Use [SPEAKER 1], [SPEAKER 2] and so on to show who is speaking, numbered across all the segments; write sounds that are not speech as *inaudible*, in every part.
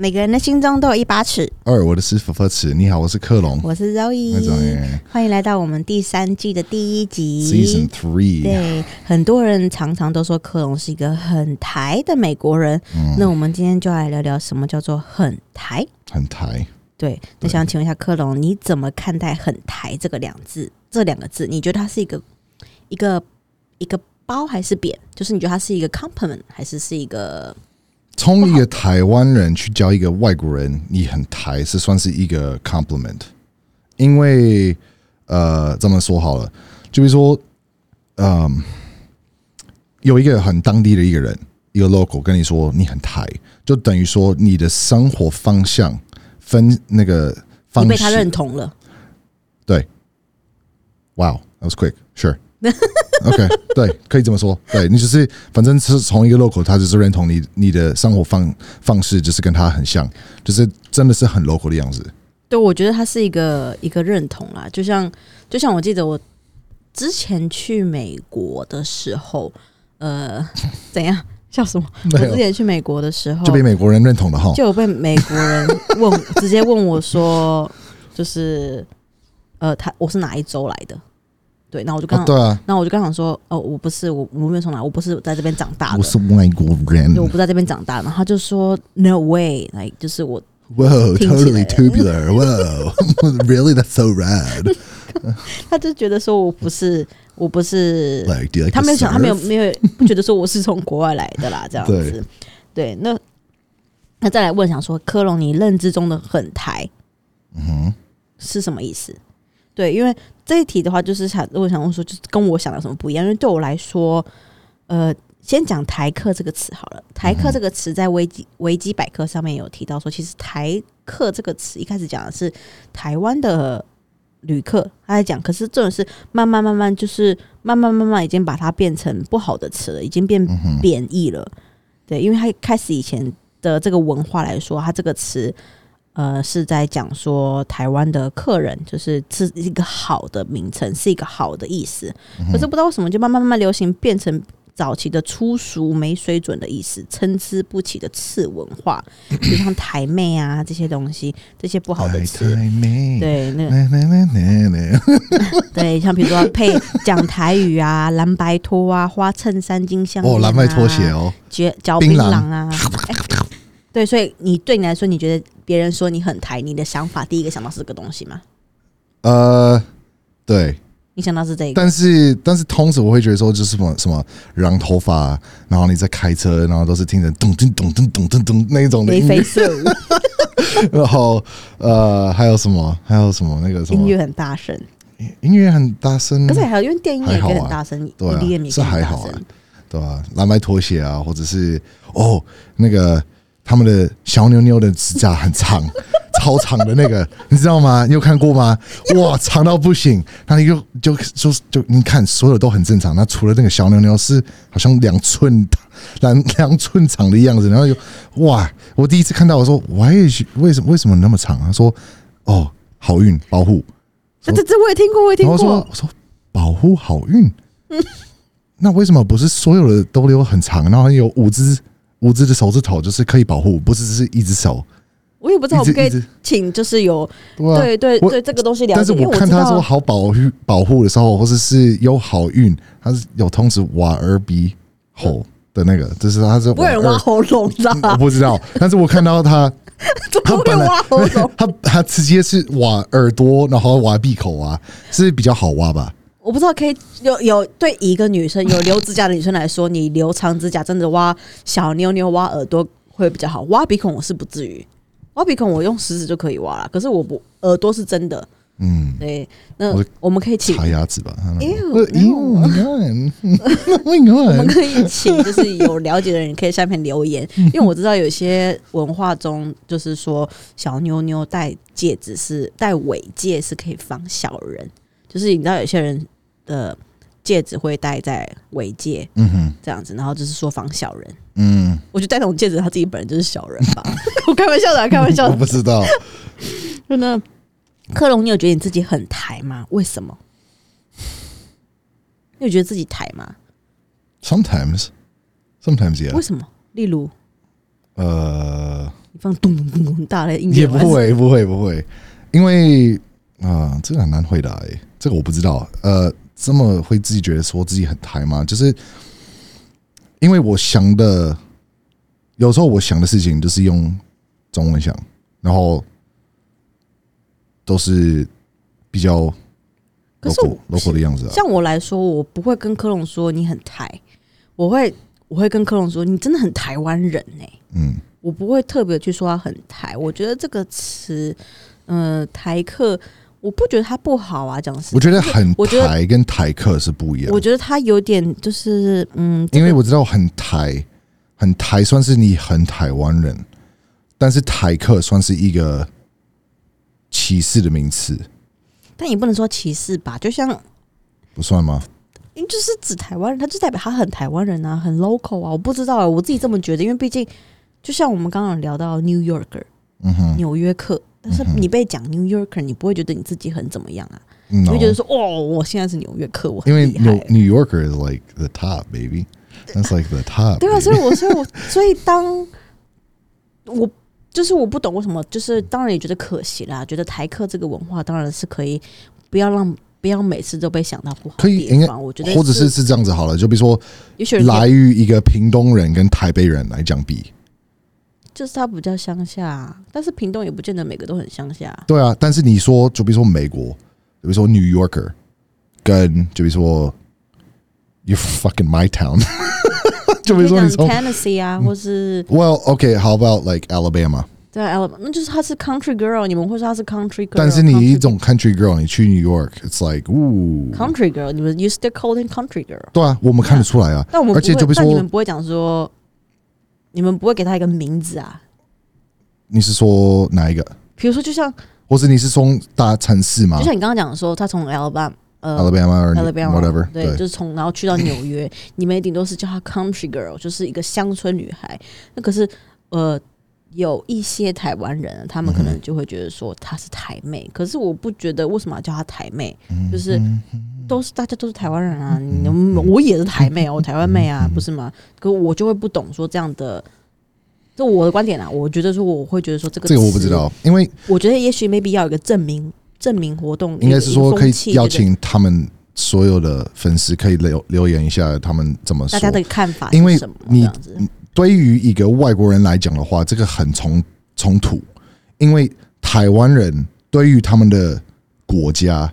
[SPEAKER 1] 每个人的心中都有一把尺。
[SPEAKER 2] 二，我的是佛佛尺。你好，我是克隆。
[SPEAKER 1] 我是 Zoe，
[SPEAKER 2] 那种耶
[SPEAKER 1] 欢迎来到我们第三季的第一
[SPEAKER 2] Season
[SPEAKER 1] 集。
[SPEAKER 2] Three，
[SPEAKER 1] 对，很多人常常都说克隆是一个很台的美国人，
[SPEAKER 2] 嗯
[SPEAKER 1] 那我们今天就来聊聊什么叫做很台。
[SPEAKER 2] 很台。
[SPEAKER 1] 对，那想请问一下克隆，你怎么看待“很台”这个两字？这两个字，你觉得它是一个一个一个褒还是贬？就是你觉得它是一个 compliment 还是是一个
[SPEAKER 2] 从一个台湾人去教一个外国人，你很台是算是一个 compliment，因为呃，这么说好了，就比如说，嗯、嗯有一个很当地的一个人，一个 local 跟你说你很台，就等于说你的生活方向分那个方
[SPEAKER 1] 你
[SPEAKER 2] 式
[SPEAKER 1] 被他认同了？
[SPEAKER 2] 对。Wow, that was quick. Sure. *laughs* OK，对，可以这么说。对你就是，反正是从一个 local，他就是认同你你的生活方方式，就是跟他很像，就是真的是很 local 的样子。
[SPEAKER 1] 对，我觉得它是一个一个认同啦，就像就像我记得我之前去美国的时候，呃，怎样笑什么？我
[SPEAKER 2] 没有
[SPEAKER 1] 之前去美国的时候，
[SPEAKER 2] 就被美国人认同了哈。
[SPEAKER 1] 就有被美国人问， *laughs* 直接问我说，就是呃，他我是哪一州来的？对，那我就跟他，
[SPEAKER 2] 啊对啊，
[SPEAKER 1] 那、我就跟他讲说，哦，我不是，我我没有从哪，我不是在这边长大
[SPEAKER 2] 我
[SPEAKER 1] 的，
[SPEAKER 2] 是外国人
[SPEAKER 1] 对，我。不是在这边长大的。然后他就说，No way，like 就是我
[SPEAKER 2] Whoa,
[SPEAKER 1] *laughs* 听起来
[SPEAKER 2] totally tubular. Whoa, *laughs* really? That's so rad.
[SPEAKER 1] 他就觉得说我不是，我不是
[SPEAKER 2] Like, do you like
[SPEAKER 1] *laughs* 他
[SPEAKER 2] to
[SPEAKER 1] 没有想，他没有
[SPEAKER 2] surf？
[SPEAKER 1] 没有觉得说我是从国外来的 *laughs* 啦，这样子。对，那那再来问，想说科隆，你认知中的很台，嗯是什么意思？对，因为这一题的话，就是想我想问说，就是跟我想的有什么不一样？因为对我来说，呃，先讲台客这个词好了。台客这个词在维基维基百科上面有提到说，其实台客这个词一开始讲的是台湾的旅客，他在讲，可是这种是慢慢慢慢就是慢慢慢慢已经把它变成不好的词了，已经变
[SPEAKER 2] 嗯 Mm-hmm.
[SPEAKER 1] 贬义了。对，因为它开始以前的这个文化来说，它这个词呃是在讲说台湾的客人就是是一个好的名称，是一个好的意思。可是不知道为什么就慢慢慢慢流行变成。早期的粗俗、没水准的意思，参差不齐的次文化，就像台妹啊这些东西，这些不 *laughs* 好的
[SPEAKER 2] 太
[SPEAKER 1] 词，
[SPEAKER 2] 太美。
[SPEAKER 1] 对那个
[SPEAKER 2] 啦啦啦
[SPEAKER 1] *laughs*
[SPEAKER 2] 啦啦
[SPEAKER 1] 对，像比如说配讲台语啊、蓝白拖啊、花衬衫、金项链、啊、
[SPEAKER 2] 哦，蓝白拖鞋哦，
[SPEAKER 1] 嚼、嚼
[SPEAKER 2] 槟
[SPEAKER 1] 槟
[SPEAKER 2] 榔
[SPEAKER 1] 榔啊。哎对，所以你对你来说，你觉得别人说你很台，你的想法第一个想到是这个东西吗？
[SPEAKER 2] 呃，对。
[SPEAKER 1] 你想到是这个？
[SPEAKER 2] 但是但是同时我会觉得说，就是什么什么染头发，然后你在开车，然后都是听着咚咚咚咚咚咚咚那一种的
[SPEAKER 1] 眉
[SPEAKER 2] 音乐
[SPEAKER 1] 飞，色
[SPEAKER 2] 哦
[SPEAKER 1] 舞，
[SPEAKER 2] *laughs* 然后呃还有什么还有什么那个什么
[SPEAKER 1] 音乐很大声，
[SPEAKER 2] 音乐很大声，
[SPEAKER 1] 可是还好，因为电音也
[SPEAKER 2] 还好
[SPEAKER 1] 可
[SPEAKER 2] 啊
[SPEAKER 1] 以很大声
[SPEAKER 2] 对啊
[SPEAKER 1] ，EDM 也可
[SPEAKER 2] 是
[SPEAKER 1] 以很
[SPEAKER 2] 还
[SPEAKER 1] 大
[SPEAKER 2] 好啊
[SPEAKER 1] 声。，
[SPEAKER 2] 对吧、蓝白拖鞋啊，或者是哦那个他们的小妞妞的指甲很长。 *laughs* 超长的那个，你知道吗？你有看过吗？哇，长到不行！那你就就就就你看，所有都很正常。那除了那个小妞妞是好像两寸两两寸长的样子，然后就哇！我第一次看到，我说 Why is she- 为什么为什么那么长？他说哦，好运保护。
[SPEAKER 1] 啊这这我也听过，我也听
[SPEAKER 2] 然后说
[SPEAKER 1] 过。
[SPEAKER 2] 我说保护好
[SPEAKER 1] *laughs*
[SPEAKER 2] 运，那为什么不是所有的都留很长，然后有五只五只的手指头就是可以保护，不是只是一只手？
[SPEAKER 1] 我也不知道，我
[SPEAKER 2] 一直
[SPEAKER 1] 们可以
[SPEAKER 2] 一直
[SPEAKER 1] 请就是有
[SPEAKER 2] 对啊
[SPEAKER 1] 对对
[SPEAKER 2] 我
[SPEAKER 1] 对这个东西了解，
[SPEAKER 2] 但是
[SPEAKER 1] 因为
[SPEAKER 2] 我
[SPEAKER 1] 我
[SPEAKER 2] 看
[SPEAKER 1] 知
[SPEAKER 2] 他
[SPEAKER 1] 道
[SPEAKER 2] 说好保护保护的时候，或者是有好运，他是有通知瓦尔比吼的那个，就是他是
[SPEAKER 1] 不会有人
[SPEAKER 2] 瓦
[SPEAKER 1] 挖
[SPEAKER 2] 尔
[SPEAKER 1] 喉咙
[SPEAKER 2] 我
[SPEAKER 1] 啦，
[SPEAKER 2] 不知道，但是我看到他
[SPEAKER 1] 怎
[SPEAKER 2] 他
[SPEAKER 1] *laughs* 么会
[SPEAKER 2] 本来
[SPEAKER 1] 挖喉咙？
[SPEAKER 2] 他他直接是挖耳朵，然后挖闭口啊，是比较好挖吧？
[SPEAKER 1] 我不知道可以有有对一个女生有留指甲的女生来说，你留长指甲真的挖小妞妞挖耳朵会比较好，挖鼻孔我是不至于，挖鼻孔我用食指就可以挖了，可是我不耳朵是真的，
[SPEAKER 2] 嗯，
[SPEAKER 1] 对，那
[SPEAKER 2] 我
[SPEAKER 1] 我们可以请
[SPEAKER 2] 擦牙齿吧。
[SPEAKER 1] 哎呦
[SPEAKER 2] 我
[SPEAKER 1] 没有
[SPEAKER 2] ，Oh my *laughs* god！Oh my
[SPEAKER 1] 我们 *laughs*
[SPEAKER 2] god！
[SPEAKER 1] 可以请就是有了解的人可以下面留
[SPEAKER 2] *laughs*
[SPEAKER 1] 言，因为我知道有些文化中就是说小妞妞戴戒指是戴尾戒是可以防小人，就是你知道有些人的戒指会戴在尾戒
[SPEAKER 2] 嗯哼，
[SPEAKER 1] 这样子，然后就是说防小人。
[SPEAKER 2] 嗯，
[SPEAKER 1] 我觉得戴那种戒指，他自己本人就是小人吧。 *laughs* 我开玩笑的啊、开玩笑
[SPEAKER 2] 我
[SPEAKER 1] 的。
[SPEAKER 2] *laughs* 不知道。
[SPEAKER 1] 真的，克隆，你有觉得你自己很台吗？为什么？你有觉得自己台吗？
[SPEAKER 2] Sometimes, sometimes
[SPEAKER 1] 为
[SPEAKER 2] yeah.
[SPEAKER 1] 什么？例如，
[SPEAKER 2] 呃，
[SPEAKER 1] 你放咚咚咚咚大的音乐
[SPEAKER 2] 也
[SPEAKER 1] 吗，*laughs*
[SPEAKER 2] 不会，不会，不会，因为啊、这个很难回答诶、欸这个我不知道。呃，这么会自己觉得说自己很台吗？就是因为我想的，有时候我想的事情就是用中文想，然后都是比较
[SPEAKER 1] 可
[SPEAKER 2] local
[SPEAKER 1] 是我
[SPEAKER 2] local 的样子啊。
[SPEAKER 1] 像我来说，我不会跟科隆说你很台，我会我会跟科隆说你真的很台湾人呢、
[SPEAKER 2] 嗯，
[SPEAKER 1] 我不会特别去说他很台，我觉得这个词，呃，台客，我不觉得它不好啊。讲实
[SPEAKER 2] 我觉得很
[SPEAKER 1] 我觉得
[SPEAKER 2] 台跟台客是不一样
[SPEAKER 1] 我。觉得它有点就是，嗯，
[SPEAKER 2] 因为我知道很台，很台算是你很台湾人，但是台客算是一个歧视的名词，
[SPEAKER 1] 但也不能说歧视吧，就像
[SPEAKER 2] 不算吗？
[SPEAKER 1] 就是指台湾人，他就代表他很台湾人啊，很 local 啊。我不知道、啊，我自己这么觉得，因为毕竟就像我们刚刚聊到 New Yorker
[SPEAKER 2] 嗯哼，
[SPEAKER 1] 纽约客，但是
[SPEAKER 2] 嗯哼
[SPEAKER 1] 你被讲 New Yorker，你不会觉得你自己很怎么样啊，
[SPEAKER 2] 嗯
[SPEAKER 1] 你会觉得
[SPEAKER 2] no，
[SPEAKER 1] 说哦，我现在是纽约客，我很
[SPEAKER 2] 因为
[SPEAKER 1] 厉害
[SPEAKER 2] New New Yorker is like the top baby。That's like the
[SPEAKER 1] *laughs*
[SPEAKER 2] top.
[SPEAKER 1] 对啊，
[SPEAKER 2] baby
[SPEAKER 1] 所以我所以我所以当我就是我不懂为什么，就是当然也觉得可惜啦，觉得台客这个文化当然是可以不要让不要每次都被想到不好
[SPEAKER 2] 可以
[SPEAKER 1] 的地
[SPEAKER 2] 应该
[SPEAKER 1] 方，我觉得
[SPEAKER 2] 或者是是这样子好了，就比如说
[SPEAKER 1] 有些人可以
[SPEAKER 2] 来于一个屏东人跟台北人来讲比，
[SPEAKER 1] 就是他比较乡下，但是屏东也不见得每个都很乡下。
[SPEAKER 2] 对啊，但是你说，就比如说美国，比如说 New Yorker，跟就比如说 You fucking my town，就比
[SPEAKER 1] 可
[SPEAKER 2] 如
[SPEAKER 1] 以
[SPEAKER 2] 说
[SPEAKER 1] 讲
[SPEAKER 2] 你从嗯
[SPEAKER 1] Tennessee 啊，或是
[SPEAKER 2] Well, okay, how about like Alabama？
[SPEAKER 1] 对 Alabama，那就是他是 country girl，你们会说他是 country girl，
[SPEAKER 2] 但是你一
[SPEAKER 1] country-
[SPEAKER 2] 种 country girl，你去 New York，it's like，呜，
[SPEAKER 1] country girl，你们 you still calling country girl，
[SPEAKER 2] 对啊，我们看得出来啊。
[SPEAKER 1] 但我们
[SPEAKER 2] 而且
[SPEAKER 1] 不会
[SPEAKER 2] 就比如
[SPEAKER 1] 但你们
[SPEAKER 2] 说，
[SPEAKER 1] 不会讲说，你们不会给他一个名字啊，
[SPEAKER 2] 你是说哪一个？
[SPEAKER 1] 比如说就像
[SPEAKER 2] 或是你是从大城市吗
[SPEAKER 1] 就像你刚刚讲说，他从 Alabama 呃
[SPEAKER 2] 啊？Alabama or
[SPEAKER 1] Alabama
[SPEAKER 2] whatever？
[SPEAKER 1] 对，就是从然后去到纽
[SPEAKER 2] *laughs*
[SPEAKER 1] 约，你们也顶多是叫她 country girl，就是一个乡村女孩。那可是呃，有一些台湾人，他们可
[SPEAKER 2] 嗯
[SPEAKER 1] 能就会觉得说她是台妹，可是我不觉得为什么要叫她台妹，
[SPEAKER 2] 嗯
[SPEAKER 1] 就是都是大家都是台湾人啊，你能我也是台妹啊，
[SPEAKER 2] *laughs*
[SPEAKER 1] 我台湾妹
[SPEAKER 2] 嗯
[SPEAKER 1] 啊，不是吗？可我就会不懂说这样的。这我的观点啊，我觉得说我会觉得说这个
[SPEAKER 2] 这个我不知
[SPEAKER 1] 词
[SPEAKER 2] 道，因为
[SPEAKER 1] 我觉得也许 maybe 要有一个证明证明活动，
[SPEAKER 2] 应该是
[SPEAKER 1] 一
[SPEAKER 2] 说
[SPEAKER 1] 个
[SPEAKER 2] 可以
[SPEAKER 1] 风气
[SPEAKER 2] 邀
[SPEAKER 1] 对不
[SPEAKER 2] 请他们所有的粉丝可以留留言一下，他们怎么
[SPEAKER 1] 对大
[SPEAKER 2] 说？
[SPEAKER 1] 家的看法是
[SPEAKER 2] 因为
[SPEAKER 1] 什么
[SPEAKER 2] 你
[SPEAKER 1] 这样子，
[SPEAKER 2] 对于一个外国人来讲的话，这个很冲冲突，因为台湾人对于他们的国家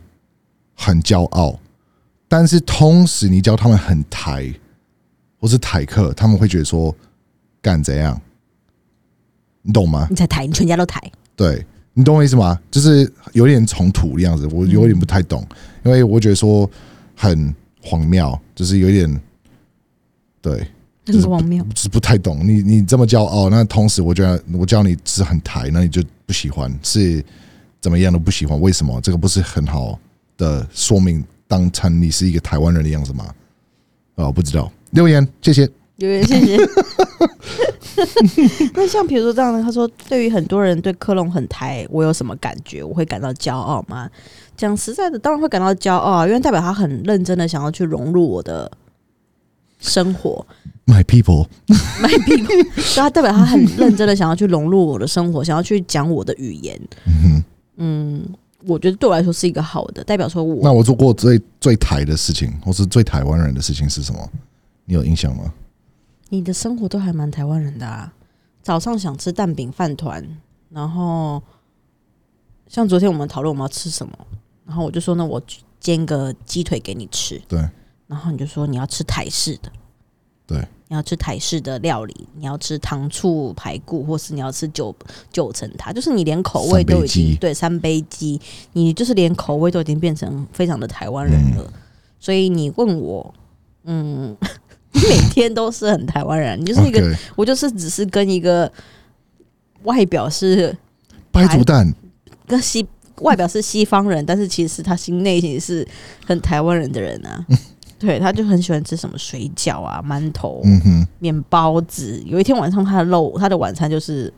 [SPEAKER 2] 很骄傲，但是同时你教他们很台或是台客，他们会觉得说干怎样，你懂吗？
[SPEAKER 1] 你才抬，你全家都抬，
[SPEAKER 2] 对你懂我意思吗？就是有点冲突的样子，我有点不太懂，因为我觉得说很荒谬，就是有点对。
[SPEAKER 1] 很荒谬。
[SPEAKER 2] 就是不太懂你，你这么骄傲，那同时我觉得我叫你是很台，那你就不喜欢，是怎么样的不喜欢？为什么？这个不是很好的说明，当成你是一个台湾人的样子吗？啊、我不知道。留言，谢谢。
[SPEAKER 1] 有点谢
[SPEAKER 2] *laughs*
[SPEAKER 1] 谢。那像比如说这样的，他说对于很多人对科隆很台，我有什么感觉？我会感到骄傲吗？讲实在的，当然会感到骄傲啊，因为代表他很认真的想要去融入我的生活。
[SPEAKER 2] *laughs* My people，
[SPEAKER 1] 卖屁股，所以他代表他很认真的想要去融入我的生活，想要去讲我的语言。嗯，我觉得对我来说是一个好的，代表说我
[SPEAKER 2] 那我做过最最台的事情，或是最台湾人的事情是什么？你有印象吗？
[SPEAKER 1] 你的生活都还蛮台湾人的啊。早上想吃蛋饼饭团，然后像昨天我们讨论我们要吃什么，然后我就说那我煎个鸡腿给你吃，
[SPEAKER 2] 对，
[SPEAKER 1] 然后你就说你要吃台式的，
[SPEAKER 2] 对，
[SPEAKER 1] 你要吃台式的料理，你要吃糖醋排骨，或是你要吃九九层塔，就是你连口味都已
[SPEAKER 2] 三杯
[SPEAKER 1] 经
[SPEAKER 2] 鸡
[SPEAKER 1] 对三杯鸡，你就是连口味都已经变成非常的台湾人了。
[SPEAKER 2] 嗯
[SPEAKER 1] 所以你问我，嗯，哦你 *laughs* 每天都是很台湾人，你就是一个
[SPEAKER 2] OK，
[SPEAKER 1] 我就是只是跟一个外表是
[SPEAKER 2] 白煮蛋，
[SPEAKER 1] 跟西外表是西方人，但是其实他心内心是很台湾人的人啊。对，他就很喜欢吃什么水饺啊、馒头、
[SPEAKER 2] 嗯哼，
[SPEAKER 1] 面包子。有一天晚上，他的肉，他的晚餐就是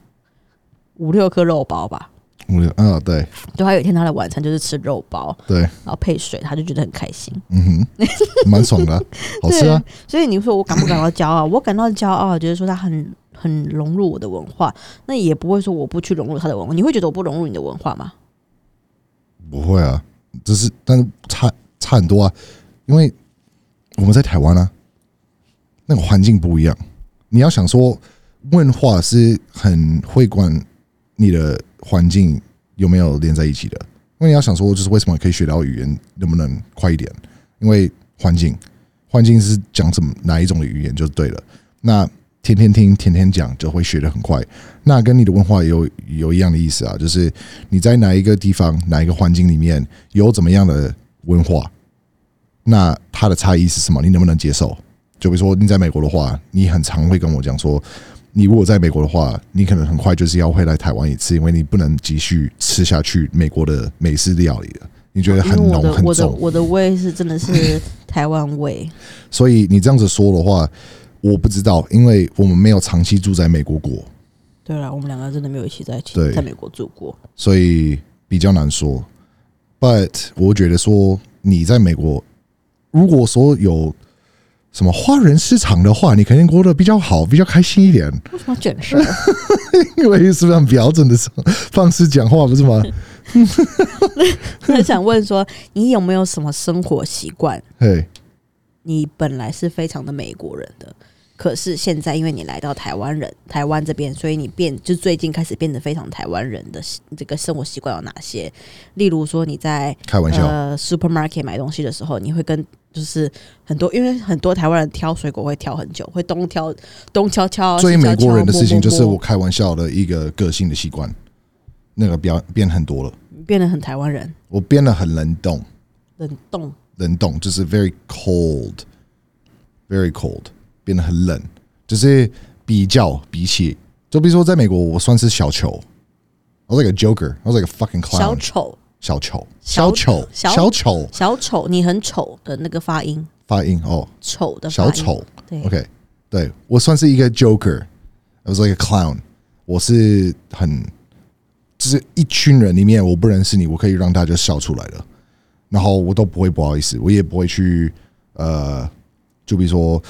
[SPEAKER 1] 五六颗肉包吧。
[SPEAKER 2] 我就啊，对
[SPEAKER 1] 对，他有一天他的晚餐就是吃肉包，
[SPEAKER 2] 对，
[SPEAKER 1] 然后配水，他就觉得很开心。
[SPEAKER 2] 嗯
[SPEAKER 1] *laughs*
[SPEAKER 2] 哼，蛮爽的啊、好吃啊，
[SPEAKER 1] *coughs* 对所以你说我感不感到骄傲？我感到骄傲，觉得说他很很融入我的文化，那也不会说我不去融入他的文化。你会觉得我不融入你的文化吗？
[SPEAKER 2] 不会啊，只是但是差差很多啊，因为我们在台湾啊，那个环境不一样。你要想说问话是很会管你的环境有没有连在一起的，因为你要想说就是为什么可以学到语言能不能快一点，因为环境环境是讲什么哪一种的语言就对了。那天天听，天天讲，就会学得很快。那跟你的文化有有一样的意思啊，就是你在哪一个地方、哪一个环境里面有怎么样的文化，那它的差异是什么？你能不能接受？就比如说你在美国的话，你很常会跟我讲说，你如果在美国的话，你可能很快就是要会来台湾一次，因为你不能继续吃下去美国的美式料理了。你觉得很
[SPEAKER 1] 因为
[SPEAKER 2] 浓
[SPEAKER 1] 我的
[SPEAKER 2] 很
[SPEAKER 1] 我的
[SPEAKER 2] 重，
[SPEAKER 1] 我的味是真的 *laughs* 是台湾味，
[SPEAKER 2] 所以你这样子说的话，我不知道，因为我们没有长期住在美国过。
[SPEAKER 1] 对了，我们两个真的没有一起在一起
[SPEAKER 2] 对
[SPEAKER 1] 在美国住过，
[SPEAKER 2] 所以比较难说。But 我觉得说你在美国，如果说有什么华人市场的话，你肯定过得比较好，比较开心一点， *laughs*
[SPEAKER 1] 为什么要卷 *laughs* 舌？
[SPEAKER 2] 因为是不是很标准的方式讲话，不是吗？
[SPEAKER 1] 很想问说，你有没有什么生活习惯？
[SPEAKER 2] 嘿，
[SPEAKER 1] 你本来是非常的美国人的，可是现在因为你来到台湾人台湾这边，所以你变就最近开始变得非常台湾人的习这个生活习惯有哪些？例如说你在
[SPEAKER 2] 开玩笑，
[SPEAKER 1] 呃 supermarket 买东西的时候，你会跟就是很多因为很多台湾人挑水果会挑很久，会东挑东敲敲，
[SPEAKER 2] 最
[SPEAKER 1] 西敲
[SPEAKER 2] 美国
[SPEAKER 1] 敲
[SPEAKER 2] 人的
[SPEAKER 1] 摸
[SPEAKER 2] 事情
[SPEAKER 1] 摸
[SPEAKER 2] 就是
[SPEAKER 1] 摸
[SPEAKER 2] 我开玩笑的一个个性的习惯，那个表变很多了，
[SPEAKER 1] 变得很台湾人，
[SPEAKER 2] 我变得很冷冻，
[SPEAKER 1] 冷冻
[SPEAKER 2] 冷冻，就是 very cold，very cold，变得很冷，就是比较比起，就比如说在美国，我算是小丑，I was like a joker, I was like a fucking
[SPEAKER 1] 小
[SPEAKER 2] clown，
[SPEAKER 1] 丑
[SPEAKER 2] 小丑，
[SPEAKER 1] 小
[SPEAKER 2] 小丑，
[SPEAKER 1] 小
[SPEAKER 2] 小丑
[SPEAKER 1] 小丑，你很丑的那个发音，
[SPEAKER 2] 发音哦，
[SPEAKER 1] 丑的发
[SPEAKER 2] 小
[SPEAKER 1] 音，
[SPEAKER 2] 丑
[SPEAKER 1] 对
[SPEAKER 2] ，OK，对我算是一个 joker，I was like a clown，我是很，就是一群人里面我不认识你，我可以让大家笑出来的，然后我都不会不好意思，我也不会去呃，就比如说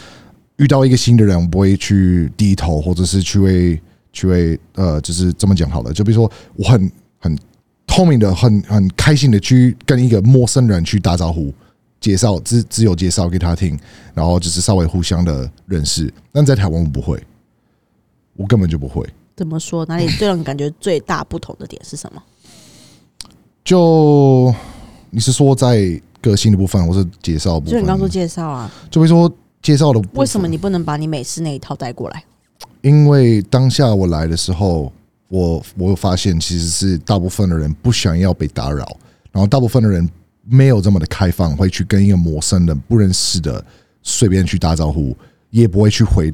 [SPEAKER 2] 遇到一个新的人，我不会去低头，或者是去为去为呃，就是这么讲好了，就比如说我很很透明的，很很开心的去跟一个陌生人去打招呼。介绍只只有介绍给他听，然后就是稍微互相的认识。但在台湾我不会，我根本就不会。
[SPEAKER 1] 怎么说？哪里最让你感觉最大不同的点是
[SPEAKER 2] *laughs*
[SPEAKER 1] 什么？
[SPEAKER 2] 就你是说在个性的部分，或是介绍的部
[SPEAKER 1] 就
[SPEAKER 2] 分？
[SPEAKER 1] 你刚刚说介绍啊，
[SPEAKER 2] 就比如说介绍的部分
[SPEAKER 1] 为什么？你不能把你美式那一套带过来？
[SPEAKER 2] 因为当下我来的时候，我我有发现其实是大部分的人不想要被打扰，然后大部分的人没有这么的开放，会去跟一个陌生人、不认识的随便去打招呼，也不会去回，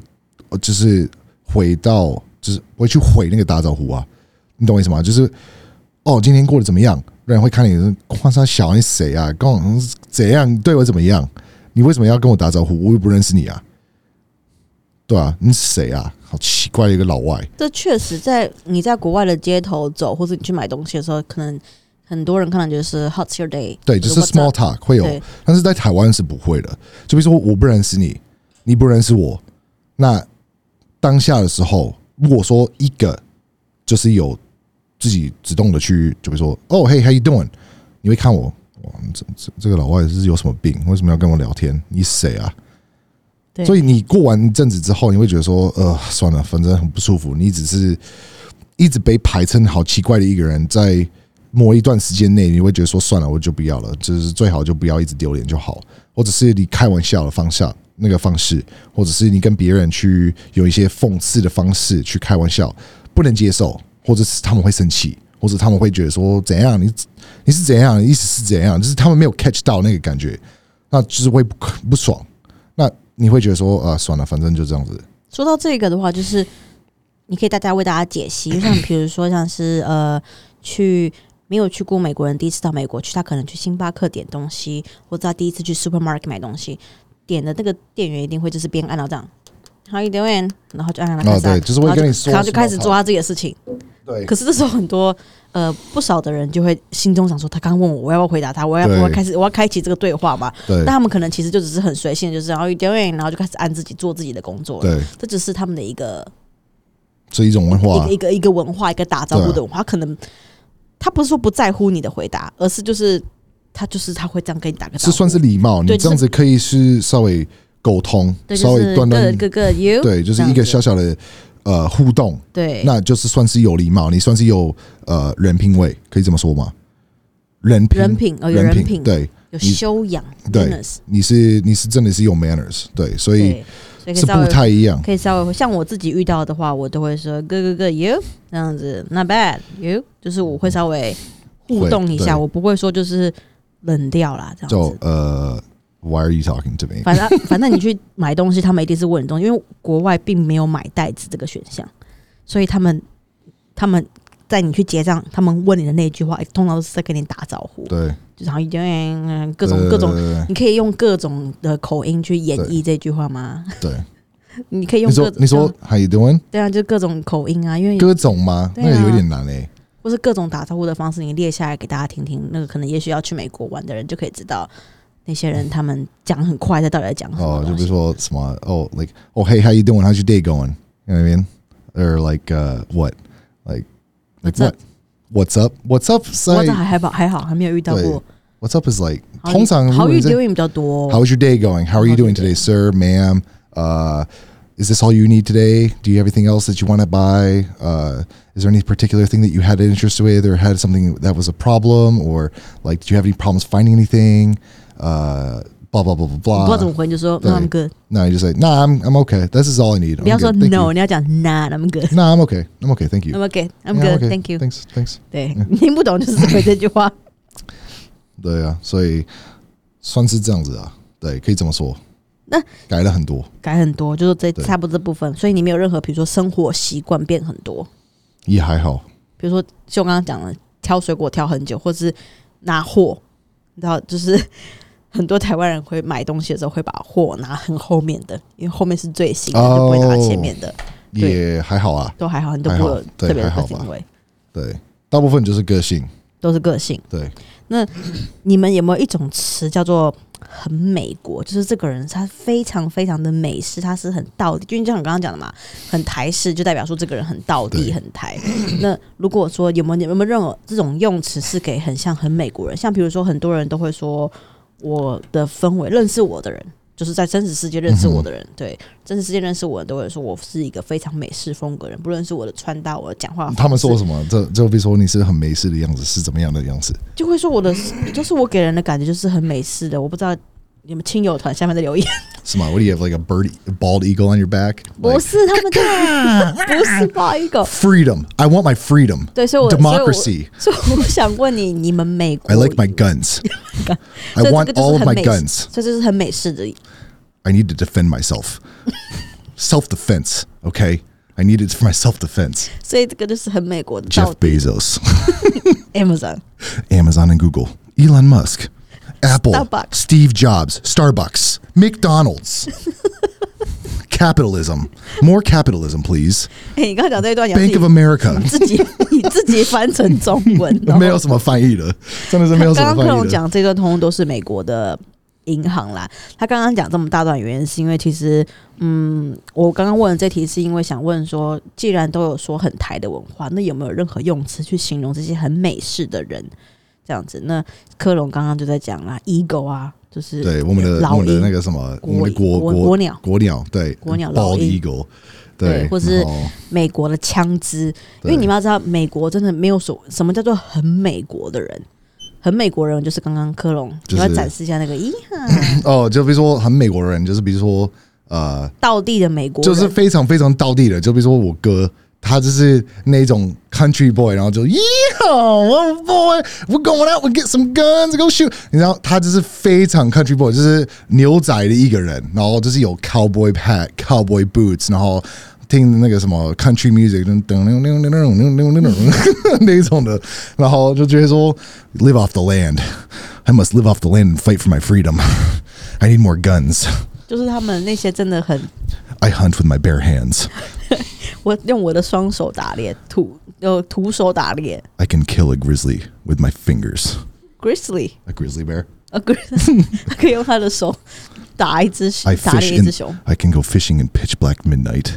[SPEAKER 2] 呃就是回到就是不会去回那个打招呼啊，你懂我意思吗？就是哦，今天过得怎么样？人会看你换上小你谁啊？跟我怎样？你对我怎么样？你为什么要跟我打招呼？我又不认识你啊！对啊，你是谁啊？好奇怪的一个老外。
[SPEAKER 1] 这确实在你在国外的街头走，或者你去买东西的时候，可能很多人看到就是 How's your day？
[SPEAKER 2] 对，就是
[SPEAKER 1] 或者
[SPEAKER 2] small talk 会有
[SPEAKER 1] 对，
[SPEAKER 2] 但是在台湾是不会的。就比如说我不认识你，你不认识我，那当下的时候，如果说一个就是有自己主动的去，就比如说哦嘿 how you doing，你会看我，哇，这这这个老外是有什么病？为什么要跟我聊天？你是谁啊？
[SPEAKER 1] 对
[SPEAKER 2] 所以你过完一阵子之后，你会觉得说，呃，算了，反正很不舒服。你只是一直被排成好奇怪的一个人，在某一段时间内，你会觉得说，算了，我就不要了，就是最好就不要一直丢脸就好，或者是你开玩笑的方向那个方式，或者是你跟别人去有一些讽刺的方式去开玩笑，不能接受，或者是他们会生气，或者他们会觉得说，怎样你你是怎样，意思是怎样，就是他们没有 catch 到那个感觉，那就是会不不爽。那你会觉得说啊，算了，反正就这样子。
[SPEAKER 1] 说到这个的话，就是你可以大家为大家解 *coughs* 析，像比如说像是呃去。没有去过美国人第一次到美国去，他可能去星巴克点东西，或者他第一次去 supermarket 买东西，点的那个店员一定会就是边按到这样，How you doing？然后就按按按
[SPEAKER 2] 哦
[SPEAKER 1] 开始按
[SPEAKER 2] 对就是会
[SPEAKER 1] 然后
[SPEAKER 2] 跟你说
[SPEAKER 1] 然后就开始
[SPEAKER 2] 什么
[SPEAKER 1] 做他自己的事情。
[SPEAKER 2] 对
[SPEAKER 1] 可是这时候很多呃不少的人就会心中想说，他刚问我，我要不要回答他？我要不要
[SPEAKER 2] 对
[SPEAKER 1] 开始我要开启这个对话嘛？
[SPEAKER 2] 对
[SPEAKER 1] 但他们可能其实就只是很随性，就是然后 you doing，然后就开始按自己做自己的工作了。
[SPEAKER 2] 对
[SPEAKER 1] 这只是他们的一个
[SPEAKER 2] 这一种文
[SPEAKER 1] 一
[SPEAKER 2] 化
[SPEAKER 1] 个一，个一个文化，一个打招呼
[SPEAKER 2] 对啊
[SPEAKER 1] 的文化，他可能他不是说不在乎你的回答，而是就是他就是他会这样跟你打个招
[SPEAKER 2] 是
[SPEAKER 1] 呼，
[SPEAKER 2] 算是礼貌。你
[SPEAKER 1] 对
[SPEAKER 2] 这样子可以是稍微沟通，
[SPEAKER 1] 对，
[SPEAKER 2] 稍
[SPEAKER 1] 就
[SPEAKER 2] 微
[SPEAKER 1] 是
[SPEAKER 2] 断
[SPEAKER 1] 各
[SPEAKER 2] 断，
[SPEAKER 1] 各个 you
[SPEAKER 2] 对，就是
[SPEAKER 1] 这样
[SPEAKER 2] 一个
[SPEAKER 1] 子
[SPEAKER 2] 小小的呃互动，
[SPEAKER 1] 对，
[SPEAKER 2] 那就是算是有礼貌，你算是有呃人品味，可以这么说吗？人品，
[SPEAKER 1] 人品哦，有人品，
[SPEAKER 2] 对，
[SPEAKER 1] 有
[SPEAKER 2] 你
[SPEAKER 1] 修养，
[SPEAKER 2] 对
[SPEAKER 1] 真的是
[SPEAKER 2] 你是你是真的是有 manners，对，所以
[SPEAKER 1] 对，所以可以
[SPEAKER 2] 是
[SPEAKER 1] 稍
[SPEAKER 2] 不
[SPEAKER 1] 微
[SPEAKER 2] 太一样。
[SPEAKER 1] 可以稍微像我自己遇到的话，我都会说 good good good you 这样子，not bad you，就是我会稍微互动一
[SPEAKER 2] 会
[SPEAKER 1] 下，
[SPEAKER 2] 对
[SPEAKER 1] 我不会说就是冷掉啦这样
[SPEAKER 2] 就
[SPEAKER 1] 子。
[SPEAKER 2] 呃，Why are you talking to me？
[SPEAKER 1] 反正反正你去买东西，他们一定是问你东西，因为国外并没有买袋子这个选项，所以他们他们在你去结账，他们问你的那一句话，通常都是在跟你打招呼，
[SPEAKER 2] 对，呃
[SPEAKER 1] 就是好像一点嗯各种
[SPEAKER 2] 对
[SPEAKER 1] 各种，
[SPEAKER 2] 对对
[SPEAKER 1] 你可以用各种的口音去演绎这句话吗？ *laughs*
[SPEAKER 2] 对对。
[SPEAKER 1] 你可以用
[SPEAKER 2] 你
[SPEAKER 1] 各
[SPEAKER 2] 说
[SPEAKER 1] 种
[SPEAKER 2] 你说 How you doing？
[SPEAKER 1] 对啊，就各种口音啊，因为
[SPEAKER 2] 各种吗？
[SPEAKER 1] 对
[SPEAKER 2] 那
[SPEAKER 1] 啊
[SPEAKER 2] 个有点难欸诶。
[SPEAKER 1] 或是各种打招呼的方式，你列下来给大家听听。那个可能也许要去美国玩的人就可以知道，那些人他们讲很快，他到底在讲什么
[SPEAKER 2] 哦，就
[SPEAKER 1] 东
[SPEAKER 2] 比如
[SPEAKER 1] 西。
[SPEAKER 2] 说什么哦，like oh hey how you doing? How's your day going? You know what I mean? Or like uh what? Like like
[SPEAKER 1] What's up?
[SPEAKER 2] what? What's up? What's up?
[SPEAKER 1] 我这
[SPEAKER 2] 在
[SPEAKER 1] 还还好，还好还没有遇到过。
[SPEAKER 2] What's up is like
[SPEAKER 1] 好
[SPEAKER 2] 通常如
[SPEAKER 1] 好
[SPEAKER 2] 果
[SPEAKER 1] 遇
[SPEAKER 2] 你在啊
[SPEAKER 1] doing 比较多。
[SPEAKER 2] How's your day going? How are you
[SPEAKER 1] How's your
[SPEAKER 2] doing today, sir, ma'am? Uh, is this all you need today? Do you have anything else that you want to buy? Uh, is there any particular thing that you had an interest with or had something that was a problem? Or like, did you have any problems finding anything? Uh, blah, blah, blah,
[SPEAKER 1] 我不
[SPEAKER 2] blah,
[SPEAKER 1] 知道怎
[SPEAKER 2] blah.
[SPEAKER 1] 么回，就说
[SPEAKER 2] 对
[SPEAKER 1] No I'm good。
[SPEAKER 2] No, you just say, nah, I'm, I'm okay. This is all I need.
[SPEAKER 1] 不要
[SPEAKER 2] I'm
[SPEAKER 1] 说
[SPEAKER 2] good. Thank
[SPEAKER 1] No，
[SPEAKER 2] you.
[SPEAKER 1] 你要讲 Not I'm good。
[SPEAKER 2] Nah, I'm okay. I'm okay. Thank you.
[SPEAKER 1] I'm okay. I'm
[SPEAKER 2] Yeah,
[SPEAKER 1] good. Thank you.
[SPEAKER 2] Thanks. Thanks.
[SPEAKER 1] 对，你听不懂就是回这句
[SPEAKER 2] 嗯
[SPEAKER 1] 话。
[SPEAKER 2] 对啊，所以算是这样子啊。对，可以这么说。改
[SPEAKER 1] 那
[SPEAKER 2] 了很多。
[SPEAKER 1] 改很多，就是这差不多这部分。所以你没有任何，比如说生活习惯变很多，
[SPEAKER 2] 也还好。
[SPEAKER 1] 比如说就我刚刚讲的，挑水果挑很久，或是拿货，你知道，就是很多台湾人会买东西的时候会把货拿很后面的，因为后面是最新的，
[SPEAKER 2] 哦
[SPEAKER 1] 就不会拿前面的，对
[SPEAKER 2] 也还好啊，
[SPEAKER 1] 都还好，你都
[SPEAKER 2] 还
[SPEAKER 1] 不
[SPEAKER 2] 好
[SPEAKER 1] 会有
[SPEAKER 2] 对
[SPEAKER 1] 特别
[SPEAKER 2] 还
[SPEAKER 1] 的
[SPEAKER 2] 好吧
[SPEAKER 1] 行为，
[SPEAKER 2] 对，大部分就是个性，
[SPEAKER 1] 都是个性。
[SPEAKER 2] 对，
[SPEAKER 1] 你们有没有一种词叫做很美国？就是这个人他非常非常的美式，他是很道地，就像我刚刚讲的嘛，很台式，就代表说这个人很道
[SPEAKER 2] 对
[SPEAKER 1] 地、很台。那如果说有没有有没有任何这种用词是给很像很美国人？像比如说很多人都会说我的氛围，认识我的人。就是在真实世界认识我的人，
[SPEAKER 2] 嗯
[SPEAKER 1] 对真实世界认识我的人都会说我是一个非常美式风格的人，不论是我的穿搭、我的讲话方式，
[SPEAKER 2] 他们说什么？这就比如说你是很美式的样子，是怎么样的样子？
[SPEAKER 1] 就会说我的，就是我给人的感觉就是很美式的。我不知道你们亲友团下面的留言，
[SPEAKER 2] 是吗？What do you have like a bird, a bald eagle on your back?
[SPEAKER 1] *laughs* 不
[SPEAKER 2] Like,
[SPEAKER 1] 是他们就不是报一个。
[SPEAKER 2] freedom. I want my freedom.
[SPEAKER 1] 对，所以我所以
[SPEAKER 2] Democracy.
[SPEAKER 1] 我所以我想问你，你们美国
[SPEAKER 2] I like my
[SPEAKER 1] *laughs*
[SPEAKER 2] guns.
[SPEAKER 1] 所以
[SPEAKER 2] I
[SPEAKER 1] 这
[SPEAKER 2] want
[SPEAKER 1] 个就是
[SPEAKER 2] all of
[SPEAKER 1] 很
[SPEAKER 2] my
[SPEAKER 1] 美
[SPEAKER 2] guns.
[SPEAKER 1] 所以这是很美式的。
[SPEAKER 2] I need to defend myself. *laughs* self defense. Okay. I need it for my self defense.
[SPEAKER 1] 所以这个就是很美国的
[SPEAKER 2] Jeff
[SPEAKER 1] 到底
[SPEAKER 2] Bezos, *laughs*
[SPEAKER 1] Amazon *laughs*
[SPEAKER 2] Amazon and Google, Elon Musk, Apple,
[SPEAKER 1] Starbucks.
[SPEAKER 2] Steve Jobs, Starbucks, McDonald's. capitalism. More capitalism, please.
[SPEAKER 1] 哎、你刚刚讲这一段，你要自
[SPEAKER 2] Bank
[SPEAKER 1] 己
[SPEAKER 2] of America，
[SPEAKER 1] 自己你自己翻成中
[SPEAKER 2] *laughs*
[SPEAKER 1] 文哦。
[SPEAKER 2] 没有什么翻译的，真的是没有什
[SPEAKER 1] 刚
[SPEAKER 2] 么
[SPEAKER 1] 刚克
[SPEAKER 2] 翻
[SPEAKER 1] 隆
[SPEAKER 2] 译的。
[SPEAKER 1] 讲这个通通都是美国的银行啦。他刚刚讲这么大段原因，是因为其实，嗯，我刚刚问的这题是因为想问说，既然都有说很台的文化，那有没有任何用词去形容这些很美式的人？这样子，那科隆刚刚就在讲啦，ego 啊，就是
[SPEAKER 2] 对我们的
[SPEAKER 1] 老
[SPEAKER 2] 我们的
[SPEAKER 1] 鹰
[SPEAKER 2] 那个什么，我
[SPEAKER 1] 国
[SPEAKER 2] 们的国
[SPEAKER 1] 国
[SPEAKER 2] 国
[SPEAKER 1] 国鸟
[SPEAKER 2] 国鸟，对
[SPEAKER 1] 国鸟老
[SPEAKER 2] ，bald
[SPEAKER 1] 鹰
[SPEAKER 2] eagle，
[SPEAKER 1] 对或是
[SPEAKER 2] 然后
[SPEAKER 1] 美国的枪支，因
[SPEAKER 2] 对
[SPEAKER 1] 为你们要知道，美国真的没有所什么叫做很美国的人，很美国人就是刚刚科隆，
[SPEAKER 2] 就是
[SPEAKER 1] 你要展示一下那个
[SPEAKER 2] *laughs*
[SPEAKER 1] 咦哈，
[SPEAKER 2] 哦，就比如 Oh, 说很美国人，就是比如说呃，
[SPEAKER 1] 道地的美国人，
[SPEAKER 2] 就是非常非常道地的，就比如说我哥。他就是那种 country boy，然后就 yeah，oh boy，we're going out，we get some guns go shoot。你知道，他就是非常 country boy，就是牛仔的一个人，然后就是有 cowboy hat，cowboy boots，然后听那个什么 country music，噔噔噔噔噔噔噔噔噔那一种的，然后就觉得说 live off the land，I must live off the land and fight for my freedom，I need more guns，I
[SPEAKER 1] 就是他们那些真的很，
[SPEAKER 2] hunt with my bare hands。
[SPEAKER 1] 我用我的双手打猎，徒呃徒手打猎
[SPEAKER 2] I can kill a grizzly with my fingers.
[SPEAKER 1] ，grizzly 呃
[SPEAKER 2] A grizzly bear?
[SPEAKER 1] *laughs* 啊 grizzly，他可以用他的手打一只
[SPEAKER 2] I
[SPEAKER 1] 打了
[SPEAKER 2] fish
[SPEAKER 1] 一
[SPEAKER 2] in.
[SPEAKER 1] 只熊，
[SPEAKER 2] I can go fishing in pitch black *laughs* midnight.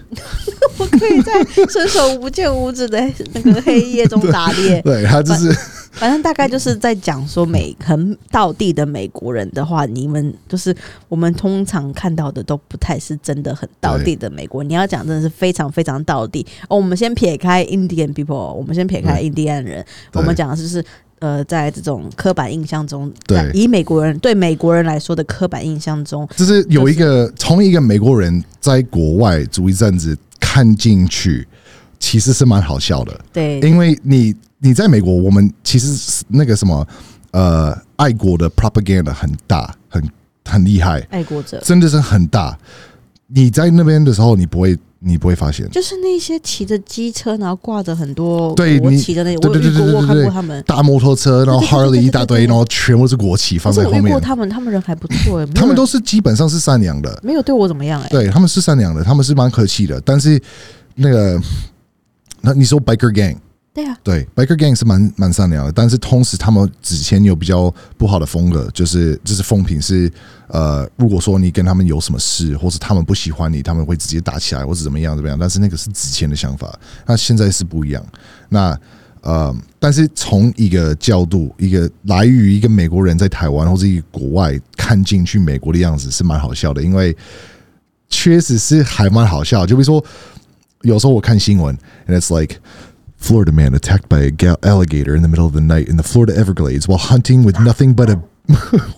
[SPEAKER 1] 我可以在伸手不见五指的那个黑夜中打猎。
[SPEAKER 2] 对他就是
[SPEAKER 1] 反正大概就是在讲说美很道地的美国人的话，你们就是我们通常看到的都不太是真的很道地的美国。你要讲真的是非常非常道地哦。我们先撇开 Indian people，我们先撇开印第安人，我
[SPEAKER 2] 对
[SPEAKER 1] 们讲的就是呃，在这种刻板印象中，
[SPEAKER 2] 对
[SPEAKER 1] 在以美国人对美国人来说的刻板印象中，
[SPEAKER 2] 就是有一个从一个美国人在国外住一阵子看进去，其实是蛮好笑的，
[SPEAKER 1] 对
[SPEAKER 2] 因为你你在美国，我们其实是那个什么呃爱国的 propaganda 很大，很很厉害，
[SPEAKER 1] 爱国者，
[SPEAKER 2] 真的是很大。你在那边的时候，你不会你不会发现，
[SPEAKER 1] 就是那些骑着机车，然后挂着很多
[SPEAKER 2] 对
[SPEAKER 1] 国
[SPEAKER 2] 你
[SPEAKER 1] 旗的那，
[SPEAKER 2] 对
[SPEAKER 1] 我有
[SPEAKER 2] 对
[SPEAKER 1] 遇
[SPEAKER 2] 对
[SPEAKER 1] 过，
[SPEAKER 2] 对
[SPEAKER 1] 我有
[SPEAKER 2] 对
[SPEAKER 1] 看
[SPEAKER 2] 对
[SPEAKER 1] 过他们。
[SPEAKER 2] 大摩托车，然后
[SPEAKER 1] 对对对
[SPEAKER 2] Harley
[SPEAKER 1] 对对
[SPEAKER 2] 一大
[SPEAKER 1] 对
[SPEAKER 2] 堆，
[SPEAKER 1] 对
[SPEAKER 2] 然后全部是国旗
[SPEAKER 1] 可
[SPEAKER 2] 放
[SPEAKER 1] 是
[SPEAKER 2] 在
[SPEAKER 1] 我
[SPEAKER 2] 后
[SPEAKER 1] 遇
[SPEAKER 2] 面
[SPEAKER 1] 过，他们，他们人还不错、欸，没有
[SPEAKER 2] *laughs* 他们
[SPEAKER 1] 人
[SPEAKER 2] 都是基本上是善良的，
[SPEAKER 1] 没有对我怎么样哎、
[SPEAKER 2] 对，他们是善良的，他们是蛮客气的，但是那个，那你说 biker gang，
[SPEAKER 1] 对啊，
[SPEAKER 2] 对 biker gang 是蛮蛮善良的，但是同时他们之前有比较不好的风格，就是就是风评是呃，如果说你跟他们有什么事，或是他们不喜欢你，他们会直接打起来，或是怎么样怎么样，但是那个是之前的想法，那现在是不一样，那。呃，但是从一个角度，一个来于一个美国人在台湾或者一个国外看进去美国的样子是蛮好笑的，因为确实是还蛮好笑。就比如说，有时候我看新闻，and it's like Florida man attacked by a gal- alligator in the middle of the night in the Florida Everglades while hunting with nothing but a *laughs*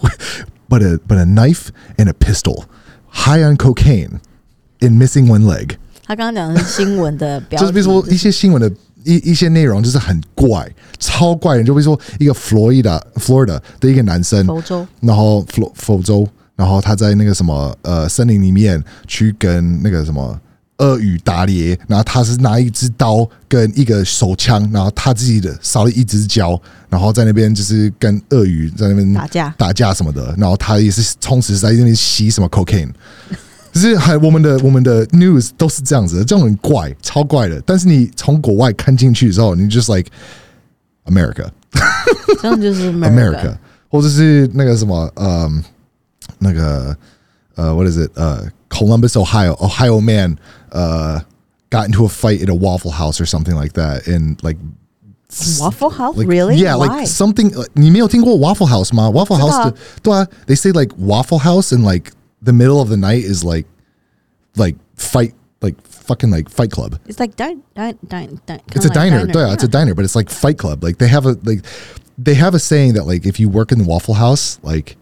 [SPEAKER 2] but a but a knife and a pistol, high on cocaine, and missing one leg。
[SPEAKER 1] 他刚刚讲的是新闻的标
[SPEAKER 2] 就
[SPEAKER 1] 题，
[SPEAKER 2] 是比
[SPEAKER 1] *laughs*
[SPEAKER 2] 如说一些新闻的一一些内容就是很怪，超怪的。就比如说一个佛罗里达 Florida 的一个男生，
[SPEAKER 1] 佛州
[SPEAKER 2] 然后佛佛州，然后他在那个什么呃森林里面去跟那个什么鳄鱼打猎，然后他是拿一支刀跟一个手枪，然后他自己的少了一只脚，然后在那边就是跟鳄鱼在那边
[SPEAKER 1] 打架
[SPEAKER 2] 打架什么的，然后他也是充实在那边吸什么 cocaine。就是很我们的我们的 news 都是这样子的，这种很怪，超怪的。但是你从国外看进去之后，你 just like America，
[SPEAKER 1] 真的就是
[SPEAKER 2] America，或者是那个什么，嗯，那个呃，what uh, is it？呃，Columbus, Ohio, Ohio man，呃，got into a fight at a Waffle House or something like that, and like
[SPEAKER 1] Waffle House
[SPEAKER 2] like
[SPEAKER 1] really
[SPEAKER 2] yeah
[SPEAKER 1] why
[SPEAKER 2] like something uh, like, 你没有听过 Waffle House 吗 Waffle
[SPEAKER 1] 知道啊。
[SPEAKER 2] House 的-对啊 they say like Waffle House and like the middle of the night is like like fight like fucking like Fight Club
[SPEAKER 1] it's like dine dine dine dine
[SPEAKER 2] it's a diner, yeah, it's a diner, but it's like Fight Club. Like they have a like they have a saying that like if you work in the Waffle House, like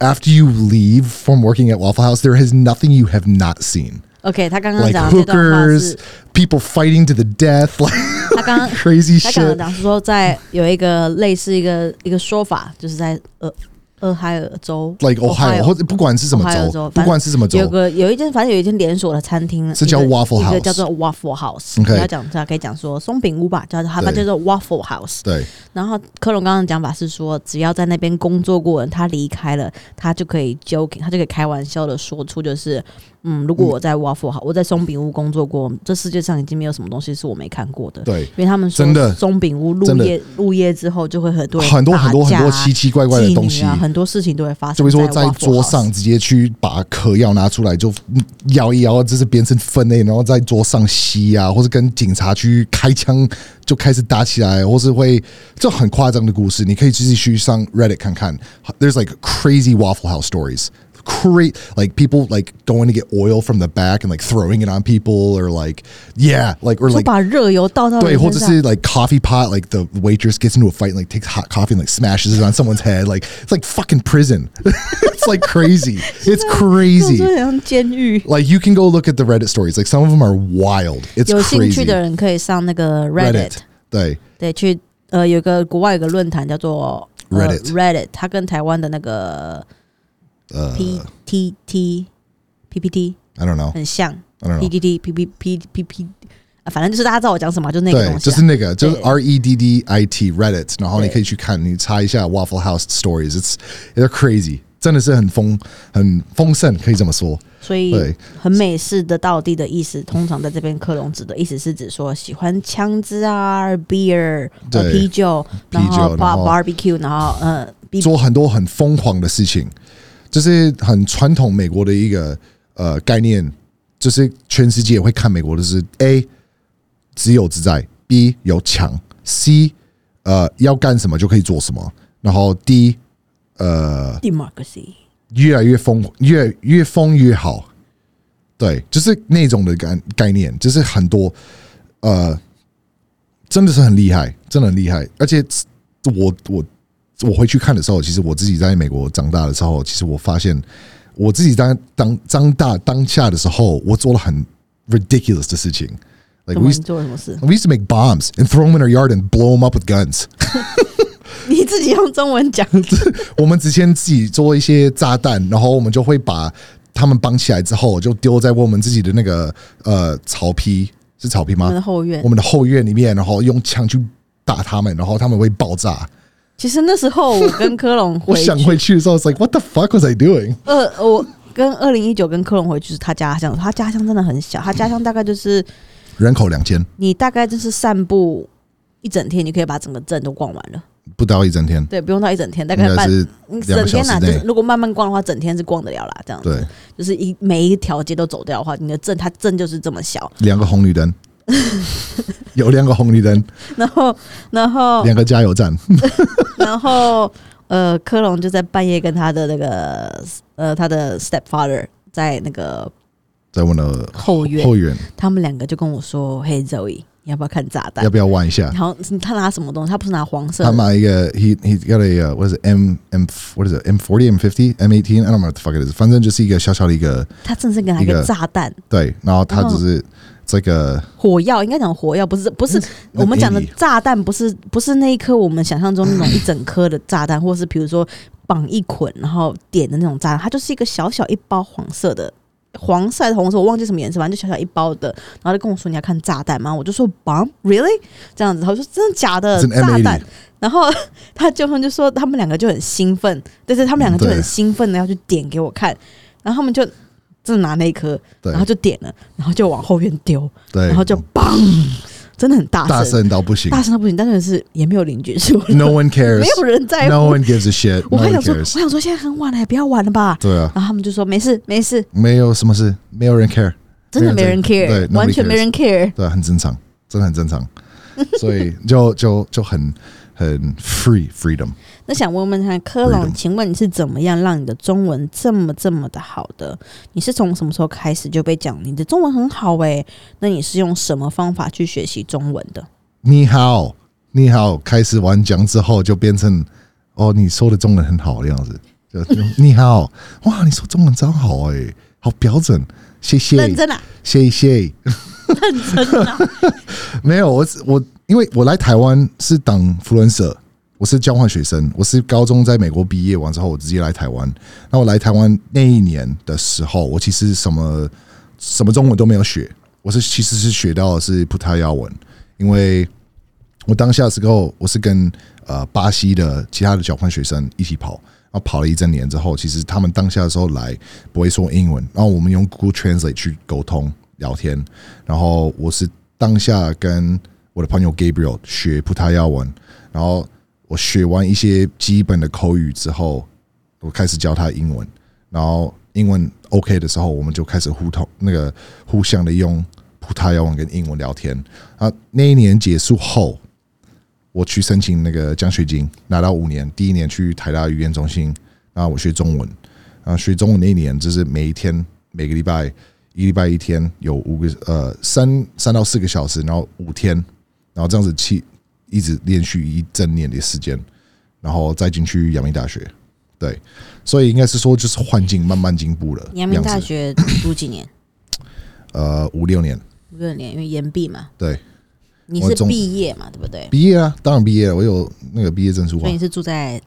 [SPEAKER 2] after you leave from working at Waffle House, there is nothing you have not seen.
[SPEAKER 1] OK，他刚刚
[SPEAKER 2] Like
[SPEAKER 1] 讲的这段话是
[SPEAKER 2] hookers,，people fighting to the death, *laughs* like
[SPEAKER 1] 他刚刚
[SPEAKER 2] crazy
[SPEAKER 1] 他刚刚
[SPEAKER 2] shit.
[SPEAKER 1] 讲是说在有一个类似一个一个说法，就是在俄俄亥俄州
[SPEAKER 2] Like Ohio，或者不管是什么
[SPEAKER 1] Ohio
[SPEAKER 2] 州，
[SPEAKER 1] 州
[SPEAKER 2] 不管是什么州
[SPEAKER 1] 有，个有一间，反正有一间连锁的餐厅
[SPEAKER 2] 是叫
[SPEAKER 1] 一个
[SPEAKER 2] Waffle
[SPEAKER 1] 一
[SPEAKER 2] House
[SPEAKER 1] 个叫做 Waffle House。
[SPEAKER 2] OK
[SPEAKER 1] 你要讲它可以讲说松饼屋吧，叫它它
[SPEAKER 2] 对
[SPEAKER 1] 叫做 Waffle House。
[SPEAKER 2] 对
[SPEAKER 1] 然后科隆刚刚的讲法是说，只要在那边工作过的人，他离开了，他就可以 joking，他就可以开玩笑的说出，就是嗯，如果我在 Waffle House，我在松饼屋工作过，这世界上已经没有什么东西是我没看过的。
[SPEAKER 2] 对，
[SPEAKER 1] 因为他们说
[SPEAKER 2] 真的
[SPEAKER 1] 松饼屋入
[SPEAKER 2] 真的
[SPEAKER 1] 夜入夜之后，就会很多人
[SPEAKER 2] 很多
[SPEAKER 1] 打
[SPEAKER 2] 很多很
[SPEAKER 1] 架
[SPEAKER 2] 多
[SPEAKER 1] 啊
[SPEAKER 2] 奇奇怪怪的
[SPEAKER 1] 妓
[SPEAKER 2] 东
[SPEAKER 1] 女
[SPEAKER 2] 西，
[SPEAKER 1] 啊，很多事情都会发生。
[SPEAKER 2] 就比如说在
[SPEAKER 1] Waffle
[SPEAKER 2] 桌
[SPEAKER 1] House
[SPEAKER 2] 上直接去把嗑药拿出来，就摇一摇，这是变成分类，然后在桌上吸啊，或是跟警察去开枪就开始打起来，或是会这很夸张的故事，你可以自己去上 Reddit 看看。There's like crazy Waffle House stories. Create like people like going to get oil from the back and like throwing it on people or like yeah like or
[SPEAKER 1] 就
[SPEAKER 2] like
[SPEAKER 1] 把热油倒到
[SPEAKER 2] 对，
[SPEAKER 1] 人
[SPEAKER 2] 或
[SPEAKER 1] 身
[SPEAKER 2] 者
[SPEAKER 1] 上
[SPEAKER 2] 是 like coffee pot, like the waitress gets into a fight, and, like takes hot coffee and like smashes it on someone's head, like it's like fucking prison. *laughs* it's like *laughs* crazy. It's
[SPEAKER 1] 就
[SPEAKER 2] crazy.
[SPEAKER 1] 是像监狱。
[SPEAKER 2] Like you can go look at the Reddit stories. Like some of them are wild. It's
[SPEAKER 1] 有兴趣
[SPEAKER 2] crazy.
[SPEAKER 1] 的人可以上那个 Reddit，
[SPEAKER 2] 对
[SPEAKER 1] 对，去呃有个国外有个论坛叫做、呃
[SPEAKER 2] Reddit
[SPEAKER 1] Reddit，它跟台湾的那个
[SPEAKER 2] 呃
[SPEAKER 1] P T T P P T
[SPEAKER 2] ，I don't know，
[SPEAKER 1] 很像
[SPEAKER 2] I don't know
[SPEAKER 1] ，P T T P P P P P，啊反正就是大家知道我讲什么，就那个
[SPEAKER 2] 对，
[SPEAKER 1] 东西、啊，
[SPEAKER 2] 就是那个，就是
[SPEAKER 1] 对
[SPEAKER 2] R E D D I T Reddit，然后你
[SPEAKER 1] 对
[SPEAKER 2] 可以去看，你查一下 Waffle House stories，it's they're crazy，真的是很丰很丰盛，可以这么说。
[SPEAKER 1] 所以
[SPEAKER 2] 对
[SPEAKER 1] 很美式的道地的意思，通常在这边克隆指的意思是指说喜欢枪支啊、beer、呃、
[SPEAKER 2] 对
[SPEAKER 1] 啤酒，然
[SPEAKER 2] 啤酒
[SPEAKER 1] 后
[SPEAKER 2] 然后
[SPEAKER 1] bar barbecue，然后呃 B
[SPEAKER 2] 做很多很疯狂的事情，就是很传统美国的一个呃概念，就是全世界会看美国的是 A 只有自在，B 有强，C 呃要干什么就可以做什么，然后 D 呃
[SPEAKER 1] democracy，
[SPEAKER 2] 越来越疯，越越疯越好。对，就是那种的概概念，就是很多呃，真的是很厉害，真的很厉害。而且我我我回去看的时候，其实我自己在美国长大的时候，其实我发现我自己当当长大当下的时候，我做了很 ridiculous 的事情。Like
[SPEAKER 1] 怎么
[SPEAKER 2] we
[SPEAKER 1] 你
[SPEAKER 2] used-
[SPEAKER 1] 做了什么事？
[SPEAKER 2] we used to make bombs and throw them in our yard and blow them up with guns。
[SPEAKER 1] 你自己用中文
[SPEAKER 2] *laughs*
[SPEAKER 1] 讲，
[SPEAKER 2] 我们之前自己做一些炸弹，然后我们就会把它们绑起来之后，就丢在我们自己的那个呃草皮，是草皮
[SPEAKER 1] 我
[SPEAKER 2] 吗
[SPEAKER 1] 们？的后院
[SPEAKER 2] 我。们的后院里面，然后用枪去打他们，然后他们会爆炸。
[SPEAKER 1] 其实那时候我跟科隆
[SPEAKER 2] *laughs*
[SPEAKER 1] *laughs*
[SPEAKER 2] 我
[SPEAKER 1] 回去
[SPEAKER 2] 想回去的时候，it's like what the fuck was I doing？
[SPEAKER 1] 二我跟二零一九跟科隆回去是他家乡，他家乡真的很小，他家乡大概就是
[SPEAKER 2] 人口两千，
[SPEAKER 1] 你大概就是散步一整天，你可以把整个镇都逛完了。
[SPEAKER 2] 不到一整天，
[SPEAKER 1] 对，不用到一整天，大
[SPEAKER 2] 应
[SPEAKER 1] 概
[SPEAKER 2] 该
[SPEAKER 1] 半
[SPEAKER 2] 是
[SPEAKER 1] 嗯
[SPEAKER 2] 两
[SPEAKER 1] 整
[SPEAKER 2] 个小
[SPEAKER 1] 天
[SPEAKER 2] 时
[SPEAKER 1] 啦、就
[SPEAKER 2] 内
[SPEAKER 1] 是如果慢慢逛的话，整天是逛得了啦。这样子，
[SPEAKER 2] 对
[SPEAKER 1] 就是一每一条街都走掉的话，你的镇它镇就是这么小。
[SPEAKER 2] 两个红绿
[SPEAKER 1] *laughs*
[SPEAKER 2] 灯，有两个红绿灯，
[SPEAKER 1] 然后，然后，
[SPEAKER 2] 两个加油站。
[SPEAKER 1] 然后，呃，科隆就在半夜跟他的那个呃他的 stepfather 在那个
[SPEAKER 2] 在我的
[SPEAKER 1] 后院，
[SPEAKER 2] 后院
[SPEAKER 1] 他们两个就跟我说：“嘿，Zoe，你要不要看炸弹
[SPEAKER 2] 要？”不要玩一下
[SPEAKER 1] 然？后嗯他拿什么东西？他不是拿黄色
[SPEAKER 2] 他
[SPEAKER 1] 的，
[SPEAKER 2] 买一个，he uh, he got a uh, what is it M M what is it M forty M fifty M eighteen I don't know what the fuck it is，反正就是一个小小的一个
[SPEAKER 1] 他真是给他一
[SPEAKER 2] 一
[SPEAKER 1] 个
[SPEAKER 2] 个
[SPEAKER 1] 炸弹，
[SPEAKER 2] 对，然后他只是这个
[SPEAKER 1] 火药应该讲火药，不是不是
[SPEAKER 2] 嗯那
[SPEAKER 1] 我们讲的
[SPEAKER 2] 80
[SPEAKER 1] 炸弹，不是不是那一颗我们想象中那种一整颗的炸弹，或是比如说绑一捆然后点的那种炸弹，它就是一个小小一包黄色的。黄色还是红色，我忘记什么颜色，反正就小小一包的，然后就跟我说你要看炸弹吗？我就说 bomb really 这样子，他说真的假的
[SPEAKER 2] It's an
[SPEAKER 1] 炸
[SPEAKER 2] M80
[SPEAKER 1] 弹，然后他舅父就说他们两个就很兴奋，但是他们两个就
[SPEAKER 2] 嗯对
[SPEAKER 1] 很兴奋的要去点给我看，然后他们就真的拿那一颗，
[SPEAKER 2] 对
[SPEAKER 1] 然后就点了，然后就往后面丢，
[SPEAKER 2] 对，
[SPEAKER 1] 然后就砰，真的很大
[SPEAKER 2] 大
[SPEAKER 1] 声，
[SPEAKER 2] 声到不行
[SPEAKER 1] 大声到不行，但是是也没有邻居说，
[SPEAKER 2] ，No one
[SPEAKER 1] 没
[SPEAKER 2] cares，
[SPEAKER 1] 有人在
[SPEAKER 2] No
[SPEAKER 1] 乎。
[SPEAKER 2] one gives a shit.
[SPEAKER 1] 我
[SPEAKER 2] No
[SPEAKER 1] 还
[SPEAKER 2] one
[SPEAKER 1] 想说，我 *laughs*
[SPEAKER 2] cares.
[SPEAKER 1] 想说现在很晚了，不要玩了吧。
[SPEAKER 2] 对啊，
[SPEAKER 1] 然后他们就说没事没事，
[SPEAKER 2] 没有什么事，没有人 care，
[SPEAKER 1] 真的没
[SPEAKER 2] 没
[SPEAKER 1] 人
[SPEAKER 2] 人在
[SPEAKER 1] care，
[SPEAKER 2] 对
[SPEAKER 1] 完全
[SPEAKER 2] nobody cares
[SPEAKER 1] 没人 care。
[SPEAKER 2] 对啊，很正常，真的很正常。所以就就就很很 free freedom。
[SPEAKER 1] 那想问问看科隆，
[SPEAKER 2] Freedom
[SPEAKER 1] 请问你是怎么样让你的中文这么这么的好的？你是从什么时候开始就被讲你的中文很好诶、那你是用什么方法去学习中文
[SPEAKER 2] *laughs*
[SPEAKER 1] 的？
[SPEAKER 2] 你好，你好，开始完讲之后就变成哦，你说的中文很好的样子。就
[SPEAKER 1] *laughs*
[SPEAKER 2] 就你好，哇，你说中文真好哎、好标准，谢
[SPEAKER 1] 认
[SPEAKER 2] 谢，
[SPEAKER 1] 真啊，
[SPEAKER 2] 谢谢。
[SPEAKER 1] 认真啊，
[SPEAKER 2] 没有，我是我因为我来台湾是当福伦社，我是交换学生，我是高中在美国毕业完之后，我直接来台湾。那我来台湾那一年的时候，我其实什么什么中文都没有学，我是其实是学到的是葡萄牙文，因为我当下的时候我是跟呃巴西的其他的交换学生一起跑。然后跑了一整年之后，其实他们当下的时候来不会说英文，然后我们用 Google Translate 去沟通聊天，然后我是当下跟我的朋友 Gabriel 学葡萄牙文，然后我学完一些基本的口语之后，我开始教他英文，然后英文 OK 的时候，我们就开始互通那个互相的用葡萄牙文跟英文聊天。啊，那一年结束后，我去申请那个奖学金，拿到五年，第一年去台大语言中心，然后我学中文，然后学中文那一年就是每一天每个礼拜一礼拜一天有五个呃三三到四个小时，然后五天，然后这样子七一直连续一整年的时间，然后再进去阳明大学。对，所以应该是说就是环境慢慢进步了。
[SPEAKER 1] 阳明大
[SPEAKER 2] 样子
[SPEAKER 1] 学读几年？
[SPEAKER 2] 呃五六年，
[SPEAKER 1] 五六年，因为延毕嘛，
[SPEAKER 2] 对，
[SPEAKER 1] 你
[SPEAKER 2] 我
[SPEAKER 1] 是
[SPEAKER 2] 中
[SPEAKER 1] 毕业嘛，对不对？
[SPEAKER 2] 毕业啊，当然毕业了，我有那个毕业证书
[SPEAKER 1] 所
[SPEAKER 2] 啊
[SPEAKER 1] 以你。是住在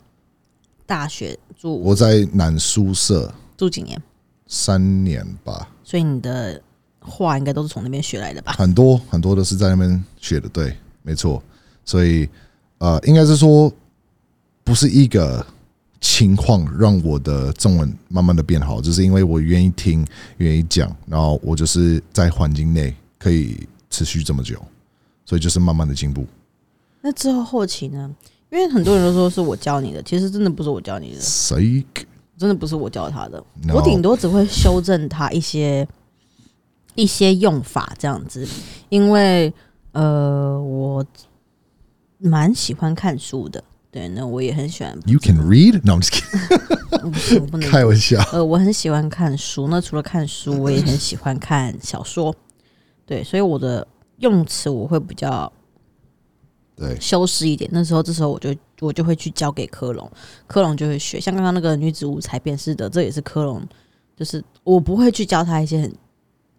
[SPEAKER 1] 大学住
[SPEAKER 2] 我在南宿舍
[SPEAKER 1] 住几年？
[SPEAKER 2] 三年吧，
[SPEAKER 1] 所以你的话应该都是从那边学来的
[SPEAKER 2] *laughs*
[SPEAKER 1] 吧？
[SPEAKER 2] 很多很多都是在那边学的，对，没错。所以呃，应该是说不是一个情况让我的中文慢慢的变好，就是因为我愿意听，愿意讲，然后我就是在环境内可以持续这么久，所以就是慢慢的进步。
[SPEAKER 1] 那
[SPEAKER 2] *laughs*
[SPEAKER 1] 之后后期呢？因为很多人都说是我教你的，其实真的不是我教你的。
[SPEAKER 2] 谁？
[SPEAKER 1] 真的不是我教他的
[SPEAKER 2] No
[SPEAKER 1] 我顶多只会修正他一些一些用法这样子，因为呃，我蛮喜欢看书的，对，那我也很喜欢，
[SPEAKER 2] You can read? No, I'm just kidding.
[SPEAKER 1] 我不行我
[SPEAKER 2] *laughs*
[SPEAKER 1] 不能
[SPEAKER 2] 开玩笑。
[SPEAKER 1] 呃，我很喜欢看书。那除了看书，我也很喜欢看小说。对，所以我的用词我会比较
[SPEAKER 2] 对，
[SPEAKER 1] 修饰一点。那时候，这时候我就我就会去教给科隆，科隆就会学。像刚刚那个女子五才辨识的，这也是科隆，就是我不会去教他一些很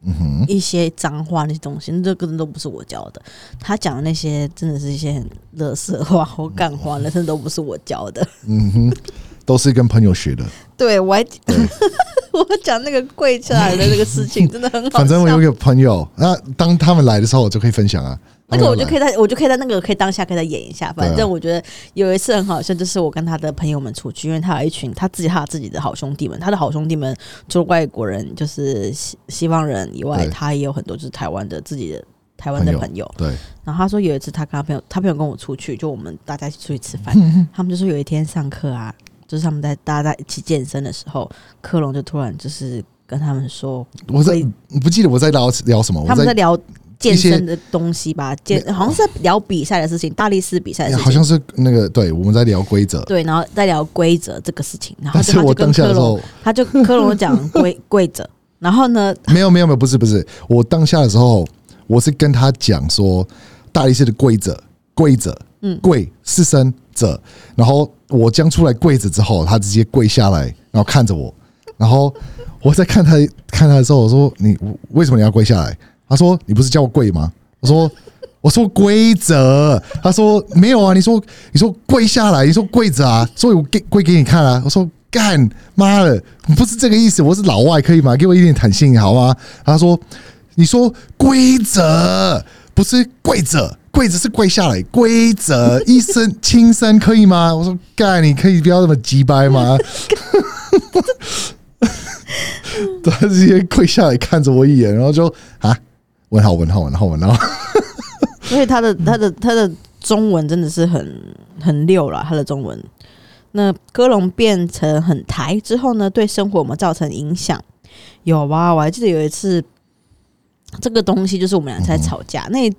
[SPEAKER 2] 嗯哼，
[SPEAKER 1] 一些脏话那些东西，那这个都不是我教的。他讲的那些真的是一些很垃圾话或干话，那真的都不是我教的。
[SPEAKER 2] 嗯哼，都是跟朋友学的。
[SPEAKER 1] 对我还
[SPEAKER 2] 对
[SPEAKER 1] *laughs* 我讲那个跪下来的那个事
[SPEAKER 2] *laughs*
[SPEAKER 1] 情，真的很好笑。
[SPEAKER 2] 反正我有一个朋友，那当他们来的时候，我就可以分享啊。
[SPEAKER 1] 那个我
[SPEAKER 2] 他们
[SPEAKER 1] 就
[SPEAKER 2] 来
[SPEAKER 1] 可以在，我就可以在那个可以当下可以再演一下。反
[SPEAKER 2] 对啊
[SPEAKER 1] 正我觉得有一次很好笑，就是我跟他的朋友们出去，因为他有一群他自己他有自己的好兄弟们，他的好兄弟们除了外国人就是西西方人以外
[SPEAKER 2] 对，
[SPEAKER 1] 他也有很多就是台湾的自己的台湾的
[SPEAKER 2] 朋友
[SPEAKER 1] 朋友。
[SPEAKER 2] 对，
[SPEAKER 1] 然后他说有一次他跟他朋友，他朋友跟我出去，就我们大家一起出去吃
[SPEAKER 2] *laughs*
[SPEAKER 1] 饭，他们就说有一天上课啊，就是他们在大家在一起健身的时候，克隆就突然就是跟他们说，
[SPEAKER 2] 我在
[SPEAKER 1] 会
[SPEAKER 2] 你不记得我在聊聊什么？
[SPEAKER 1] 他们
[SPEAKER 2] 我
[SPEAKER 1] 在
[SPEAKER 2] 在
[SPEAKER 1] 聊健
[SPEAKER 2] 一些
[SPEAKER 1] 身的东西吧，健好像是在聊比赛的事情，大力士比赛的事情，
[SPEAKER 2] 好像是那个对，我们在聊规则。
[SPEAKER 1] 对，然后再聊规则这个事情，然后
[SPEAKER 2] 但
[SPEAKER 1] 就是他
[SPEAKER 2] 我
[SPEAKER 1] 就
[SPEAKER 2] 当
[SPEAKER 1] 跟
[SPEAKER 2] 下
[SPEAKER 1] 科
[SPEAKER 2] 的时
[SPEAKER 1] 隆，
[SPEAKER 2] 候，
[SPEAKER 1] 他就科隆讲
[SPEAKER 2] *laughs*
[SPEAKER 1] 规规则，然后呢，
[SPEAKER 2] 没有没有没有，不是不是，我当下的时候，我是跟他讲说大力士的规则，规则，嗯，跪是生者，然后我将出来跪着之后，他直接跪下来，然后看着我，然后我在看他看他的时候，我说你为什么你要跪下来？他说你不是叫我跪吗？我说。我说规则，他说没有啊，你说你说跪下来，你说跪着啊，所以我给跪给你看啊。我说干妈的，不是这个意思，我是老外可以吗？给我一点弹性好吗？他说你说规则不是跪着，跪着是跪下来，规则一生轻声可以吗？我说干，你可以不要那么鸡掰吗？他直接跪下来看着我一眼，然后就啊问号问号问号问号。
[SPEAKER 1] 所以他的他的他的中文真的是很很溜了，他的中文。那科隆变成很台之后呢，对生活有没有造成影响？有吧，我还记得有一次，这个东西就是我们俩
[SPEAKER 2] 嗯
[SPEAKER 1] 在吵架，那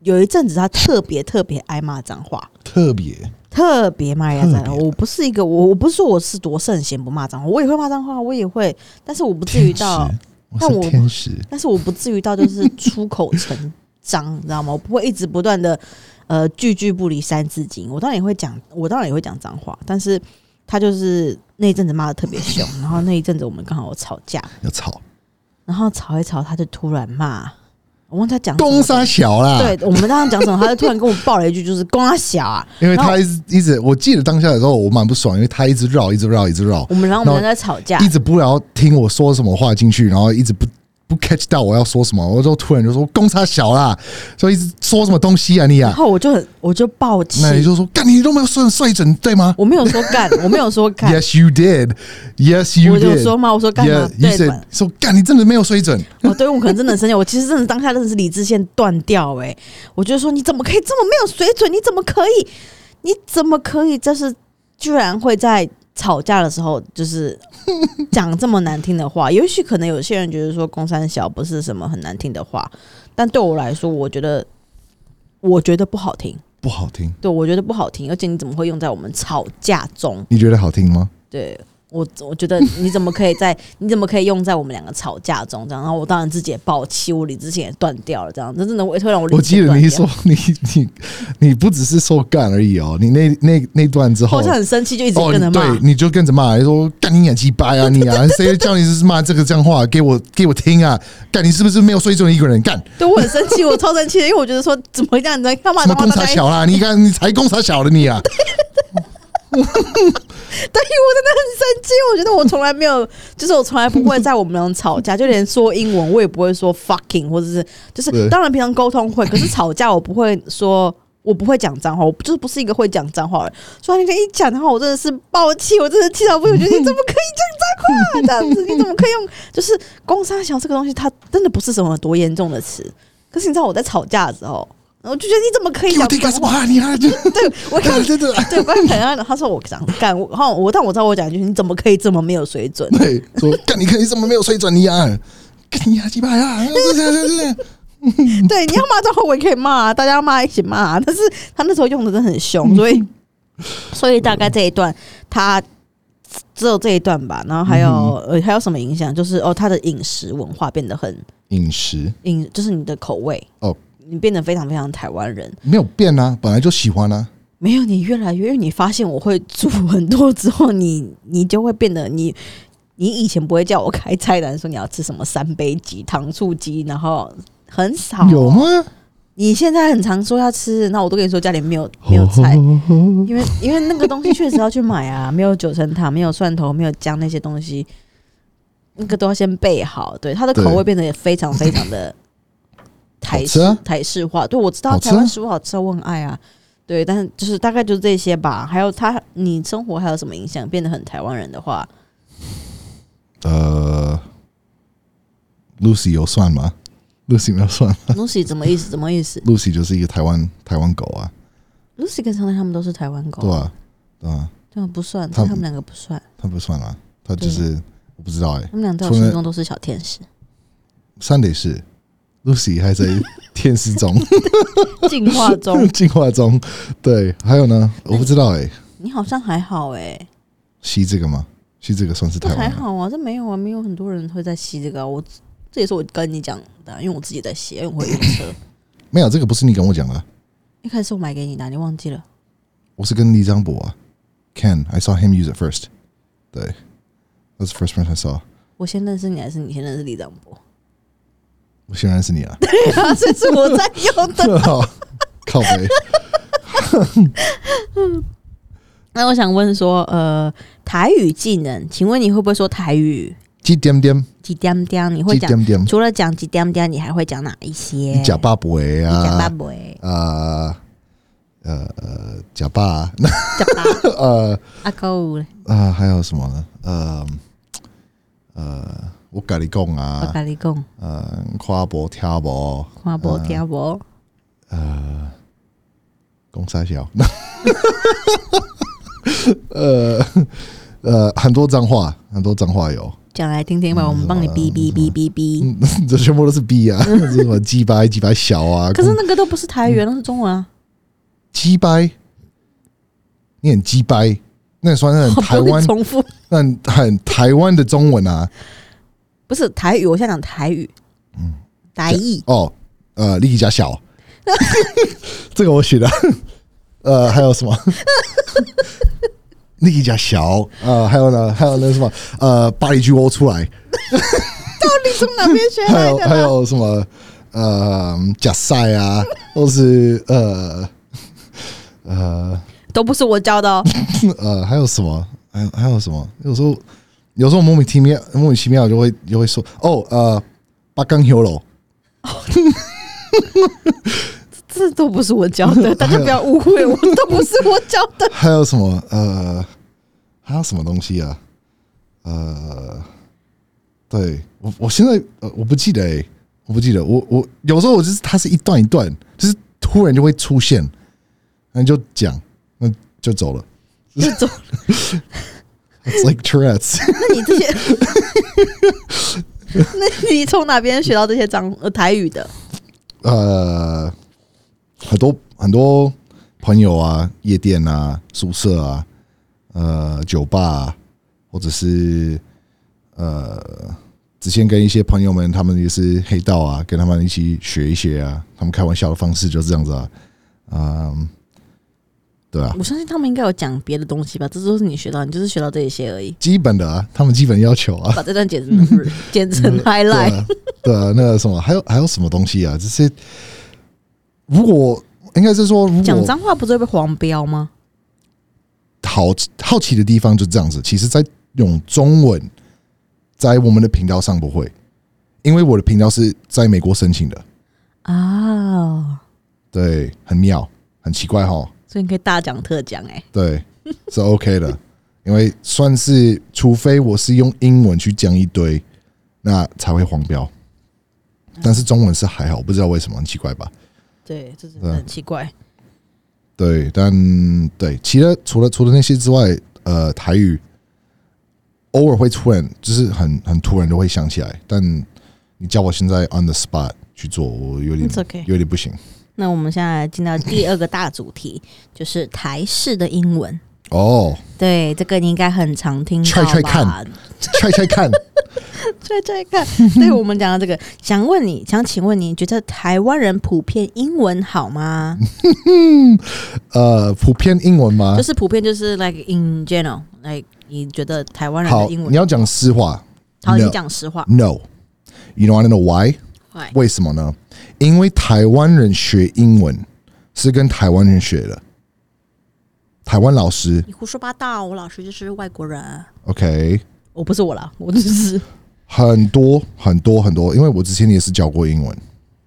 [SPEAKER 1] 有一阵子他特别特别爱骂脏话，
[SPEAKER 2] 特别
[SPEAKER 1] 特别骂人家脏
[SPEAKER 2] 特
[SPEAKER 1] 话。
[SPEAKER 2] 别
[SPEAKER 1] 我不是一个我我不是说我是多圣贤不骂脏话，我也会骂脏话，我也会，但是我不至于
[SPEAKER 2] 天使，
[SPEAKER 1] 到，
[SPEAKER 2] 我
[SPEAKER 1] 但
[SPEAKER 2] 是
[SPEAKER 1] 我
[SPEAKER 2] 天使，
[SPEAKER 1] 但是我不至于到就是出口成章，你知道吗？我不会一直不断的呃句句不离三字经，我当然也会讲，我当然也会讲脏话，但是他就是那一阵子骂的特别
[SPEAKER 2] *laughs*
[SPEAKER 1] 凶，然后那一阵子我们刚好有吵架，
[SPEAKER 2] 要吵
[SPEAKER 1] 然后吵一吵他就突然骂，我忘记他讲什么
[SPEAKER 2] 公杀小啦，
[SPEAKER 1] 对，我们当时讲什么，他就突然跟我爆了一句，就是“公他小啊
[SPEAKER 2] 因为
[SPEAKER 1] 然后
[SPEAKER 2] 他一直一直，我记得当下的时候我蛮不爽，因为他一直绕，一直绕，一直绕”，，
[SPEAKER 1] 我们然后我们在吵架
[SPEAKER 2] 一，直不要听我说什么话进去，然后一直不不 catch 到我要说什么，我就突然就说公差小啦，就一直说什么东西啊你
[SPEAKER 1] 然
[SPEAKER 2] 啊，
[SPEAKER 1] 后我就很我就爆气，
[SPEAKER 2] 那你就说干你都没有睡睡准对吗
[SPEAKER 1] 我没有说
[SPEAKER 2] *laughs*
[SPEAKER 1] 干，我没有说干，
[SPEAKER 2] ？Yes, you did. Yes, you
[SPEAKER 1] 我就
[SPEAKER 2] did.
[SPEAKER 1] 说嘛，我说干嘛
[SPEAKER 2] Yeah, you
[SPEAKER 1] 对
[SPEAKER 2] said
[SPEAKER 1] 吧？
[SPEAKER 2] 说干，你真的没有水准。
[SPEAKER 1] 哦，对我可能真的很生气，我其实真的当下真的是理智线断掉哎、我就说你怎么可以这么没有水准？你怎么可以？你怎么可以？就是居然会在吵架的时候，就是讲这么难听的话。 *laughs* 也许可能有些人觉得说“公三小”不是什么很难听的话，但对我来说，我觉得我觉得不好听。
[SPEAKER 2] 不好听，
[SPEAKER 1] 对我觉得不好听，而且你怎么会用在我们吵架中？
[SPEAKER 2] 你觉得好听吗？
[SPEAKER 1] 对我，我觉得你怎么可以在 *laughs* 你怎么可以用在我们两个吵架中这样？然后我当然自己也爆气，我理智线也断掉了，这样这真的会会让我理
[SPEAKER 2] 我
[SPEAKER 1] 智
[SPEAKER 2] 记
[SPEAKER 1] 线
[SPEAKER 2] 得
[SPEAKER 1] 断
[SPEAKER 2] 你
[SPEAKER 1] 掉。
[SPEAKER 2] 说 *laughs* 你你你不只是说干而已哦，你那那那段之后，
[SPEAKER 1] 好像很生气，就一直
[SPEAKER 2] 哦，
[SPEAKER 1] 跟着
[SPEAKER 2] 你
[SPEAKER 1] 骂。
[SPEAKER 2] 对，你就跟着骂，你说干你演鸡掰啊你
[SPEAKER 1] *laughs*
[SPEAKER 2] 啊，谁叫你是骂这个脏话，给我给我听啊！干你是不是没有水准的一个人？干
[SPEAKER 1] 对我很生气，我超生气的，因为我觉得说怎么这样，你在干嘛？
[SPEAKER 2] 什么
[SPEAKER 1] 干
[SPEAKER 2] 公
[SPEAKER 1] 嘛
[SPEAKER 2] 傻
[SPEAKER 1] 大家一起
[SPEAKER 2] 小啦？你看你才公傻小的你
[SPEAKER 1] *laughs*
[SPEAKER 2] 啊！
[SPEAKER 1] 对，我真的很生气。我觉得我从来没有，就是我从来不会在我们俩吵架，就连说英文我也不会说 fucking，或者是就
[SPEAKER 2] 对
[SPEAKER 1] 是当然平常沟通会，可是吵架我不会说。我不会讲脏话，我就是不是一个会讲脏话的人。所以那天一讲的话，我真的是爆气，我真的气到不行。我觉得你怎么可以讲脏话？这样子，你怎么可以用？就是“公杀小”这个东西，它真的不是什么多严重的词。可是你知道我在吵架的时候，我就觉得你怎么可以
[SPEAKER 2] 我
[SPEAKER 1] 讲
[SPEAKER 2] 得干
[SPEAKER 1] 脏
[SPEAKER 2] 什么
[SPEAKER 1] 话？
[SPEAKER 2] 啊？你 *laughs* 还就
[SPEAKER 1] *laughs* 对，我看
[SPEAKER 2] 对对对
[SPEAKER 1] *laughs* 对，我刚才看到他说我想干，我哈我但我知道我讲一句，你怎么可以这么没有水
[SPEAKER 2] *laughs*
[SPEAKER 1] 准？
[SPEAKER 2] 对，说干你看你怎么没有水准你啊？干你啊 *laughs* 鸡巴呀！这这这这
[SPEAKER 1] 对，你要骂脏话我也可以骂、啊，大家要骂一起骂、啊。但是他那时候用的真的很凶，所
[SPEAKER 2] *laughs*
[SPEAKER 1] 以所以大概这一段他只有这一段吧。然后还有、
[SPEAKER 2] 嗯
[SPEAKER 1] 呃还有什么影响？就是哦，他的饮食文化变得很
[SPEAKER 2] 饮食
[SPEAKER 1] 饮，就是你的口味
[SPEAKER 2] 哦，
[SPEAKER 1] 你变得非常非常台湾人。
[SPEAKER 2] 没有变啊，本来就喜欢啊。
[SPEAKER 1] 没有，你越来越，因为你发现我会煮很多之后，你你就会变得你。你以前不会叫我开菜单说你要吃什么三杯鸡、糖醋鸡，然后很少
[SPEAKER 2] 有吗？
[SPEAKER 1] 你现在很常说要吃，那我都跟你说家里没有没有菜，因为因为那个东西确实要去买
[SPEAKER 2] *laughs*
[SPEAKER 1] 啊，没有九层塔，没有蒜头，没有姜那些东西，那个都要先备好。对，它的口
[SPEAKER 2] 对
[SPEAKER 1] 味变得也非常非常
[SPEAKER 2] *laughs*
[SPEAKER 1] 的台
[SPEAKER 2] 好
[SPEAKER 1] 式、
[SPEAKER 2] 吃啊
[SPEAKER 1] 台式化。对，我知道
[SPEAKER 2] 好吃啊
[SPEAKER 1] 台湾食物好吃，我很爱啊。对，但是就是大概就是这些吧。还有他，你生活还有什么影响？变得很台湾人的
[SPEAKER 2] *laughs*
[SPEAKER 1] 话，
[SPEAKER 2] *laughs* 呃，Lucy 有算吗？Lucy 没有算
[SPEAKER 1] ，Lucy 怎么意思？怎么意思
[SPEAKER 2] ，Lucy 就是一个台湾台湾狗啊，
[SPEAKER 1] ？Lucy 跟常常他们都是台湾狗，
[SPEAKER 2] 对吧、啊？对吧、啊？
[SPEAKER 1] 对啊，不算，
[SPEAKER 2] 他
[SPEAKER 1] 他们
[SPEAKER 2] 们
[SPEAKER 1] 两个不算，
[SPEAKER 2] 他不算啊，他就是我不知道哎、
[SPEAKER 1] 他们俩在我
[SPEAKER 2] 除了
[SPEAKER 1] 心中都是小天使。
[SPEAKER 2] 三得是 Lucy 还在天使中
[SPEAKER 1] 进化中，
[SPEAKER 2] *laughs* 进化中，对，还有呢，我不知道哎、
[SPEAKER 1] 你好像还好哎、
[SPEAKER 2] 吸这个吗？吸这个算是
[SPEAKER 1] 这
[SPEAKER 2] 台
[SPEAKER 1] 还
[SPEAKER 2] 湾吗？
[SPEAKER 1] 好啊，这没有啊，没有很多人会在吸这个啊、我这也是我跟你讲的啊、因为我自己在吸，因为我会晕车。
[SPEAKER 2] *laughs* 没有，这个不是你跟我讲的啊，
[SPEAKER 1] 一开始我买给你的啊，你忘记了？
[SPEAKER 2] 我是跟李张博啊，Ken I saw him use it first，对，That's the first person I saw，
[SPEAKER 1] 我先认识你，还是你先认识李长
[SPEAKER 2] *laughs*
[SPEAKER 1] 博？
[SPEAKER 2] 我显然是你啊，
[SPEAKER 1] 对啊，这是我在用
[SPEAKER 2] *laughs*
[SPEAKER 1] 的。
[SPEAKER 2] 靠背，
[SPEAKER 1] 那我想问说，呃，台语技能，请问你会不会说台语？
[SPEAKER 2] 鸡点点，
[SPEAKER 1] 几点点？你会
[SPEAKER 2] 鸡
[SPEAKER 1] 讲？
[SPEAKER 2] 点点，
[SPEAKER 1] 除了讲几点点，你还会讲哪一些？
[SPEAKER 2] 假爸不为
[SPEAKER 1] 假巴
[SPEAKER 2] 啊，
[SPEAKER 1] 伯，
[SPEAKER 2] 呃呃呃，假爸，那
[SPEAKER 1] 假巴
[SPEAKER 2] *laughs* 呃。
[SPEAKER 1] 阿狗嘞，
[SPEAKER 2] 啊，还有什么呢？呃，呃，我跟你讲
[SPEAKER 1] 我
[SPEAKER 2] 啊，
[SPEAKER 1] 跟你讲，
[SPEAKER 2] 呃，跨博跳博，
[SPEAKER 1] 看无听无。
[SPEAKER 2] 公三小， *laughs* 呃呃，很多脏话，很多脏话有， *laughs*
[SPEAKER 1] 讲来听
[SPEAKER 2] 嗯
[SPEAKER 1] 听吧，我们帮你
[SPEAKER 2] 啊
[SPEAKER 1] 哔哔哔哔哔。
[SPEAKER 2] 这全部都是 B 啊，这是什么鸡掰鸡掰小啊，
[SPEAKER 1] 嗯可是那个都不是台语，那是中文啊。
[SPEAKER 2] 鸡掰，念鸡掰，那算是很台
[SPEAKER 1] 哦不要
[SPEAKER 2] 湾
[SPEAKER 1] 再，重复，
[SPEAKER 2] 那很很台湾的中文啊。
[SPEAKER 1] 不是台语，我现在讲台语，嗯台语
[SPEAKER 2] 哦，呃，力加小， *laughs* 这个我写的。 *laughs* 呃，还有什么？ *laughs* 力加小，呃，还有呢，还有那什么，呃，巴黎巨窝出来，
[SPEAKER 1] 从哪边学
[SPEAKER 2] 还有
[SPEAKER 1] 来
[SPEAKER 2] 还
[SPEAKER 1] 的？
[SPEAKER 2] 有什么，呃，假赛啊，或是呃呃
[SPEAKER 1] *laughs* 都不是我教的 *laughs* 哦。
[SPEAKER 2] 呃，还有什么？还有还有什么？有时候有时候莫名其妙，莫名其妙就会就会说，哦，呃，八杠 hero，
[SPEAKER 1] 这都不是我教 *laughs* 的，大家不要误会，我都不是我教 *laughs* 的。
[SPEAKER 2] 还有什么？呃，还有什么东西啊？呃，对我，我现在呃，我不记得、欸，我不记得。我我有时候我就是它是一段一段，就是突然就会出现，那就讲，那就走了。
[SPEAKER 1] 这种，
[SPEAKER 2] It's like Tourette's
[SPEAKER 1] 那你这些， *laughs* 那你从哪边学到这些脏呃台语的？
[SPEAKER 2] 呃，很多很多朋友啊，夜店啊，宿舍啊，呃，酒吧、啊，或者是呃，之前跟一些朋友们，他们也是黑道啊，跟他们一起学一些啊，他们开玩笑的方式就是这样子啊，嗯，对啊，
[SPEAKER 1] 我相信他们应该有讲别的东西吧，这都是你学到，你就是学到这一些 *laughs* 而已。
[SPEAKER 2] 基本的啊，他们基本要求啊，
[SPEAKER 1] 把这段剪成剪成 highlight，
[SPEAKER 2] 对啊，对啊，那个什么，还有还有什么东西啊？就是如果应该是说，如
[SPEAKER 1] 讲
[SPEAKER 2] 果
[SPEAKER 1] 脏话不是会被黄标吗？
[SPEAKER 2] 好好奇的地方就这样子。其实，在用中文在我们的频道上不会，因为我的频道是在美国申请的，
[SPEAKER 1] 啊，
[SPEAKER 2] 对，很妙，很奇怪哈，
[SPEAKER 1] 所以你可以大讲特讲哎、
[SPEAKER 2] 对， *laughs* 是 OK 的，因为算是，除非我是用英文去讲一堆，那才会黄标，但是中文是还好，不知道为什么，很奇怪吧？
[SPEAKER 1] 对，这真的很奇怪。
[SPEAKER 2] 对，但对，其实除了除了那些之外，呃，台语偶尔会突然就是很很突然就会想起来，但你叫我现在 on the spot 去做，我有点
[SPEAKER 1] It's okay
[SPEAKER 2] 有点不行。
[SPEAKER 1] 那我们现在进到第二个大主题，就是台式的英文。
[SPEAKER 2] 哦， *laughs*
[SPEAKER 1] 对，这个你应该很常听到吧？
[SPEAKER 2] 踹踹看猜猜看，
[SPEAKER 1] 踹踹看。对我们讲到这个，想问你，想请问你觉得台湾人普遍英文好吗？
[SPEAKER 2] 呃，普遍英文吗
[SPEAKER 1] 就？是普遍就是 like in general，like 你觉得台湾人
[SPEAKER 2] 好，
[SPEAKER 1] 的英
[SPEAKER 2] 你
[SPEAKER 1] 文？
[SPEAKER 2] 要讲实话。
[SPEAKER 1] 好，
[SPEAKER 2] No
[SPEAKER 1] 你讲实话。
[SPEAKER 2] No，you know I don't know why？
[SPEAKER 1] 快
[SPEAKER 2] 为什么呢？因为台湾人学英文是跟台湾人学的，台湾老师
[SPEAKER 1] 你胡说八道！我老师就是外国人，
[SPEAKER 2] OK
[SPEAKER 1] 我不是我啦，我就是
[SPEAKER 2] 很多很多很多，因为我之前也是教过英文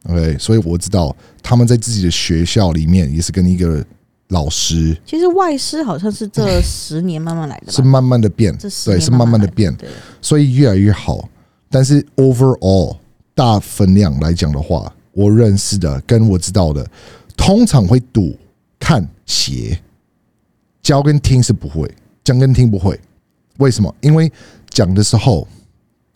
[SPEAKER 2] ，OK，所以我知道他们在自己的学校里面也是跟一个老师
[SPEAKER 1] 其实外师好像是这十年慢慢来的
[SPEAKER 2] 是
[SPEAKER 1] 吧，
[SPEAKER 2] 慢慢的变，
[SPEAKER 1] 这十
[SPEAKER 2] 对，
[SPEAKER 1] 年
[SPEAKER 2] 是慢
[SPEAKER 1] 慢
[SPEAKER 2] 慢的
[SPEAKER 1] 来
[SPEAKER 2] 变，
[SPEAKER 1] 对
[SPEAKER 2] 所以越来越好。但是 overall 大分量来讲的话，我认识的跟我知道的，通常会读、看、写，教跟听是不会，讲跟听不会。为什么？因为讲的时候，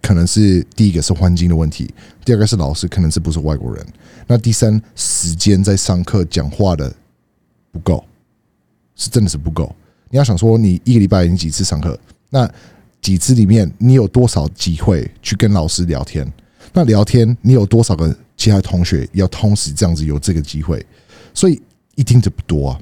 [SPEAKER 2] 可能是第一个是环境的问题，第二个是老师可能是不是外国人，那第三时间在上课讲话的不够，是真的是不够。你要想说，你一个礼拜你几次上课？那几次里面，你有多少机会去跟老师聊天？那聊天，你有多少个其他同学要同时这样子有这个机会？所以一定的不多啊。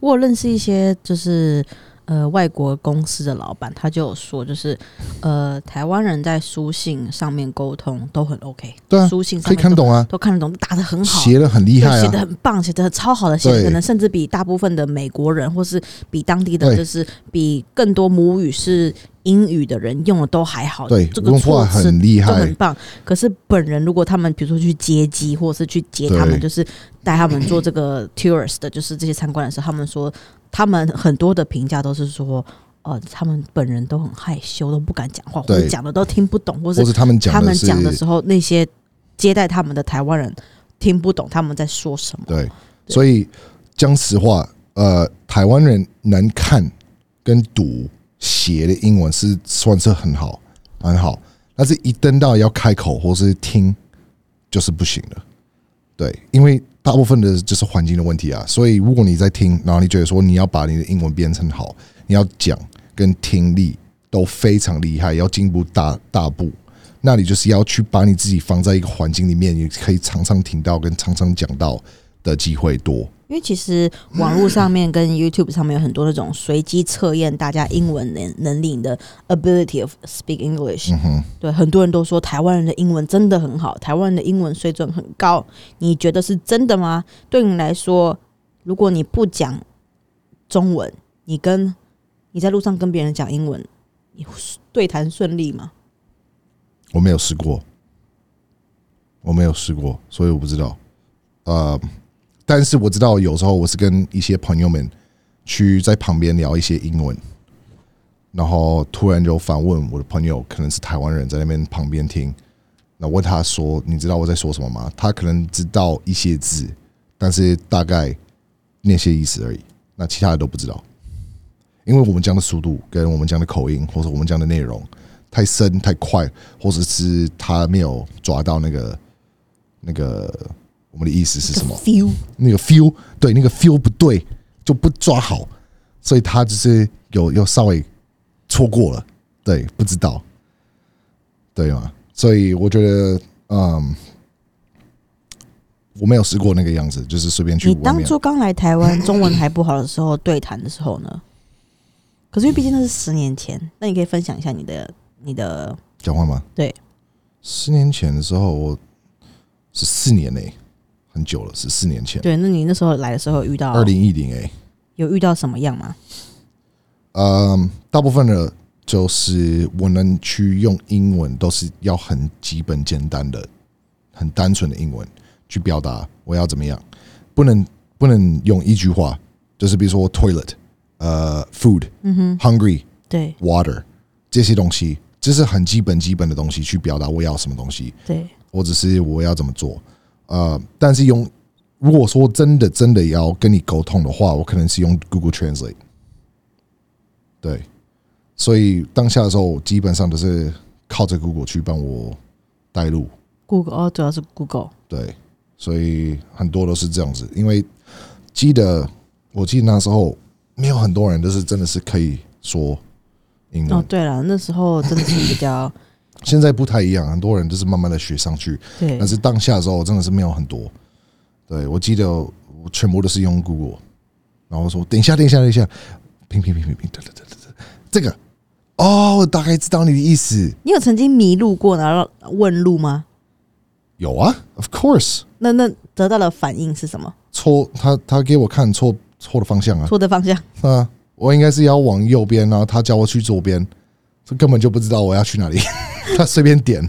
[SPEAKER 1] 我有认识一些就是呃外国公司的老板，他就有说，就是呃台湾人在书信上面沟通都很 OK，
[SPEAKER 2] 对啊
[SPEAKER 1] 书信上
[SPEAKER 2] 可以
[SPEAKER 1] 面
[SPEAKER 2] 看懂啊，
[SPEAKER 1] 都看得懂，打得很好。
[SPEAKER 2] 写的很厉
[SPEAKER 1] 对
[SPEAKER 2] 害
[SPEAKER 1] 写的
[SPEAKER 2] 啊，
[SPEAKER 1] 很棒，写的超好的，写
[SPEAKER 2] 对
[SPEAKER 1] 的可能甚至比大部分的美国人，或是比当地的，
[SPEAKER 2] 对
[SPEAKER 1] 就是比更多母语是英语的人用的都还好。
[SPEAKER 2] 对
[SPEAKER 1] 这，个
[SPEAKER 2] 文化
[SPEAKER 1] 措辞
[SPEAKER 2] 很厉
[SPEAKER 1] 都
[SPEAKER 2] 害
[SPEAKER 1] 很，棒。可是本人如果他们比如说去接机，或者是去接
[SPEAKER 2] 对
[SPEAKER 1] 他们，就是带他们做这
[SPEAKER 2] *clears throat*
[SPEAKER 1] 个 tourist 的，就是这些参观的时候，他们说他们很多的评价都是说，哦、他们本人都很害羞，都不敢讲话，或
[SPEAKER 2] 对
[SPEAKER 1] 者讲的都听不懂，或
[SPEAKER 2] 或
[SPEAKER 1] 是
[SPEAKER 2] 是他们
[SPEAKER 1] 他
[SPEAKER 2] 讲
[SPEAKER 1] 们
[SPEAKER 2] 的是
[SPEAKER 1] 讲的时候，那些接待他们的台湾人听不懂他们在说什么。
[SPEAKER 2] 对，所以讲实话，呃，台湾人能看跟读写的英文是算是很好，很好，但是一登到要开口或是听，就是不行的。对，因为大部分的就是环境的问题啊，所以如果你在听，然后你觉得说你要把你的英文变成好，你要讲跟听力都非常厉害，要进步大大步。那你就是要去把你自己放在一个环境里面，你可以常常听到跟常常讲到的机会多。
[SPEAKER 1] 因为其实网络上面跟 YouTube 上面有很多那种随机测验大家英文能能力你的 ability of speak English，、对，
[SPEAKER 2] 嗯
[SPEAKER 1] 很多人都说台湾人的英文真的很好，台湾人的英文水准很高。你觉得是真的吗？对你来说，如果你不讲中文，你跟你在路上跟别人讲英文，你对谈顺利吗？
[SPEAKER 2] 我没有试过，我没有试过，所以我不知道。呃，但是我知道有时候我是跟一些朋友们去在旁边聊一些英文，然后突然就反问我的朋友，可能是台湾人在那边旁边听，那问他说：“你知道我在说什么吗？”他可能知道一些字，但是大概那些意思而已，那其他的都不知道。因为我们讲的速度跟我们讲的口音，或者我们讲的内容太深太快，或者是他没有抓到那个那个我们的意思是什么
[SPEAKER 1] feel
[SPEAKER 2] 那个 feel，对，那个 feel 不对，就不抓好，所以他就是有有稍微错过了，对，不知道，对吗？所以我觉得，嗯，我没有试过那个样子，就是随便去
[SPEAKER 1] 你
[SPEAKER 2] 外
[SPEAKER 1] 当
[SPEAKER 2] 面
[SPEAKER 1] 初刚来台湾，中文还不好的时候，对谈的时候呢？可是因为毕竟那是十年前，那你可以分享一下你的你的
[SPEAKER 2] 讲话吗？
[SPEAKER 1] 对，
[SPEAKER 2] 十年前的时候，我十四年呢、欸很久了，十四年前，
[SPEAKER 1] 对，那你那时候来的时候有遇到
[SPEAKER 2] 二零一零哎，
[SPEAKER 1] 有遇到什么样吗？
[SPEAKER 2] 嗯，大部分的就是我能去用英文，都是要很基本、简单的、很单纯的英文去表达我要怎么样，不能不能用一句话，就是比如说 toilet，呃，food，嗯哼，hungry，
[SPEAKER 1] 对
[SPEAKER 2] water 这些东西，这是很基本基本的东西去表达我要什么东西，
[SPEAKER 1] 对，
[SPEAKER 2] 我只是我要怎么做。呃，但是用如果说真的真的要跟你沟通的话，我可能是用 Google Translate。对，所以当下的时候，我基本上都是靠着 Google 去帮我带路。
[SPEAKER 1] Google 哦，主要是 Google。
[SPEAKER 2] 对，所以很多都是这样子。因为记得，我记得那时候没有很多人都是真的是可以说英文。
[SPEAKER 1] 哦，对了，那时候真的是比较
[SPEAKER 2] 现在不太一样，很多人都是慢慢的学上去。
[SPEAKER 1] 对
[SPEAKER 2] 但，是当下的时候真的是没有很多。对我记得我全部都是用 Google，然后说等一下，等一下，等一下，拼拼拼拼拼，对对对对对，这个哦，我大概知道你的意思。
[SPEAKER 1] 你有曾经迷路过，然后问路吗？
[SPEAKER 2] 有啊，Of course，
[SPEAKER 1] 那那得到的反应是什么？
[SPEAKER 2] 错，他他给我看错错的方向啊，
[SPEAKER 1] 错的方向，
[SPEAKER 2] 啊，我应该是要往右边，然后他叫我去左边，这根本就不知道我要去哪里， *laughs* 他随便点，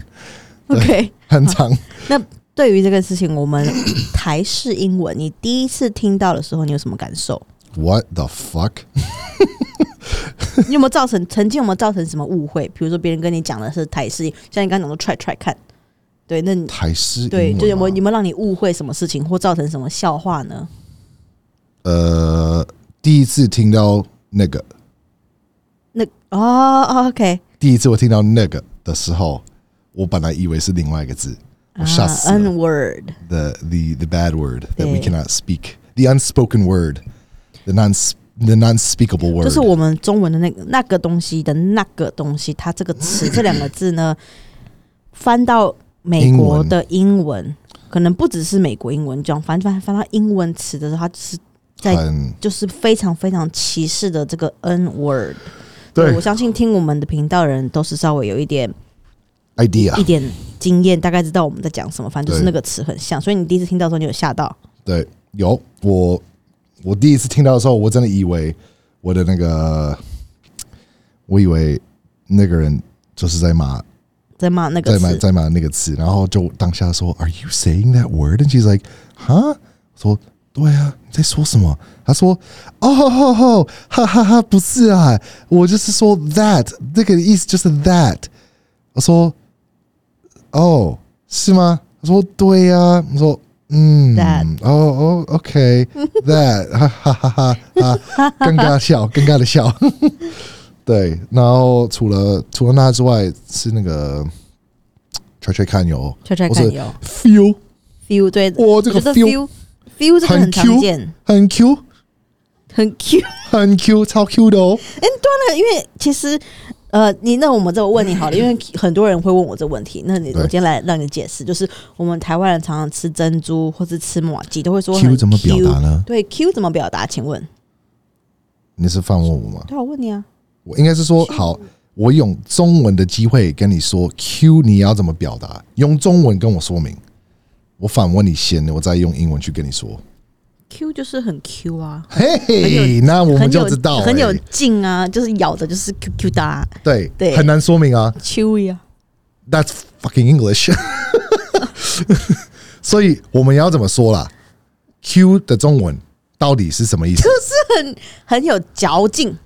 [SPEAKER 1] OK， *laughs*
[SPEAKER 2] 很长。
[SPEAKER 1] 那对于这个事情，我们 *coughs* 台式英文，你第一次听到的时候，你有什么感受？
[SPEAKER 2] What the fuck？
[SPEAKER 1] 你有没有造成曾经有没有造成什么误会？比如说别人跟你讲的是台式，像你刚刚讲的 try try 看，对，那你
[SPEAKER 2] 台式英文啊
[SPEAKER 1] 对，就有嗯没有啊
[SPEAKER 2] 吗
[SPEAKER 1] 有没有让你误会什么事情，或造成什么笑话呢？
[SPEAKER 2] 呃，第一次听到那个，
[SPEAKER 1] 那哦哦，OK，
[SPEAKER 2] 第一次我听到那个的时候，我本来以为是另外一个字，我吓死了。
[SPEAKER 1] N 啊 word，
[SPEAKER 2] the the the bad word that we
[SPEAKER 1] 对
[SPEAKER 2] cannot speak, the unspoken word, the non the non-speakable word，
[SPEAKER 1] 就是我们中文的那个那个东西的那个东西，它这个词这两个字 *laughs* 呢，翻到美
[SPEAKER 2] 英
[SPEAKER 1] 国
[SPEAKER 2] 文
[SPEAKER 1] 的英文，可能不只是美国英文，这样翻翻翻到英文词的时候，它就是在
[SPEAKER 2] 很
[SPEAKER 1] 就是非常非常歧视的这个 N word。
[SPEAKER 2] 对
[SPEAKER 1] 我相信听我们的频道的人都是稍微有一
[SPEAKER 2] *laughs*
[SPEAKER 1] 点、一
[SPEAKER 2] idea，
[SPEAKER 1] 点经验，大概知道我们在讲什么，反正就是
[SPEAKER 2] 对
[SPEAKER 1] 那个词很像，所以你第一次听到的时候你有吓到，
[SPEAKER 2] 对，有我我第一次听到的时候，我真的以为我的那个，我以为那个人就是在骂
[SPEAKER 1] 在骂那个
[SPEAKER 2] 在买
[SPEAKER 1] 词，
[SPEAKER 2] 在买那个词，然后就当下说，Are you saying that word？And she's like，哈，说对啊，你在说什么？他说，哦吼吼吼， *laughs* 哈哈哈，不是啊，我就是说 that 这个意思就是 that。我说，哦，是吗？他说对呀、啊。我说，嗯
[SPEAKER 1] That
[SPEAKER 2] 哦哦，OK，that，哈哈哈哈哈，尴尬笑，尴尬的笑。对，然后除了除了那之外，是那个 try try 看有
[SPEAKER 1] 踹踹
[SPEAKER 2] 或
[SPEAKER 1] 看
[SPEAKER 2] 是
[SPEAKER 1] 有
[SPEAKER 2] feel
[SPEAKER 1] feel 对，
[SPEAKER 2] 哇这个
[SPEAKER 1] 我觉得
[SPEAKER 2] feel
[SPEAKER 1] feel feel 这个
[SPEAKER 2] 很
[SPEAKER 1] 很
[SPEAKER 2] Q
[SPEAKER 1] 常见，
[SPEAKER 2] 很 Q *laughs*
[SPEAKER 1] 很 Q。
[SPEAKER 2] 很 Q 超 Q 的哦，
[SPEAKER 1] 哎、对了，因为其实呃，你那我们这个问你好了，因为很多人会问我这个问题，那你我
[SPEAKER 2] 嗯对
[SPEAKER 1] 今天来让你解释，就是我们台湾人常常吃珍珠或是吃马吉，都会说
[SPEAKER 2] Q
[SPEAKER 1] 很
[SPEAKER 2] 怎么表达呢
[SPEAKER 1] 对，Q 怎么表达？请问，
[SPEAKER 2] 你是反问我吗？
[SPEAKER 1] 对啊，我问你啊，
[SPEAKER 2] 我应该是说好，我用中文的机会跟你说 Q，你要怎么表达？用中文跟我说明。我反问你先，我再用英文去跟你说。
[SPEAKER 1] Q 就是很 Q 啊，
[SPEAKER 2] 嘿
[SPEAKER 1] 很
[SPEAKER 2] 嘿，那我们就知道、
[SPEAKER 1] 很有
[SPEAKER 2] 欸
[SPEAKER 1] 劲啊，就是咬着就是 Q Q 哒、啊、
[SPEAKER 2] 对
[SPEAKER 1] 对
[SPEAKER 2] 很难说明啊。
[SPEAKER 1] ，Chewy 啊，
[SPEAKER 2] That's fucking English 。所以我们要怎么说啦？Q 的中文到底是什么意思
[SPEAKER 1] 就？是很 *laughs* 很有嚼劲，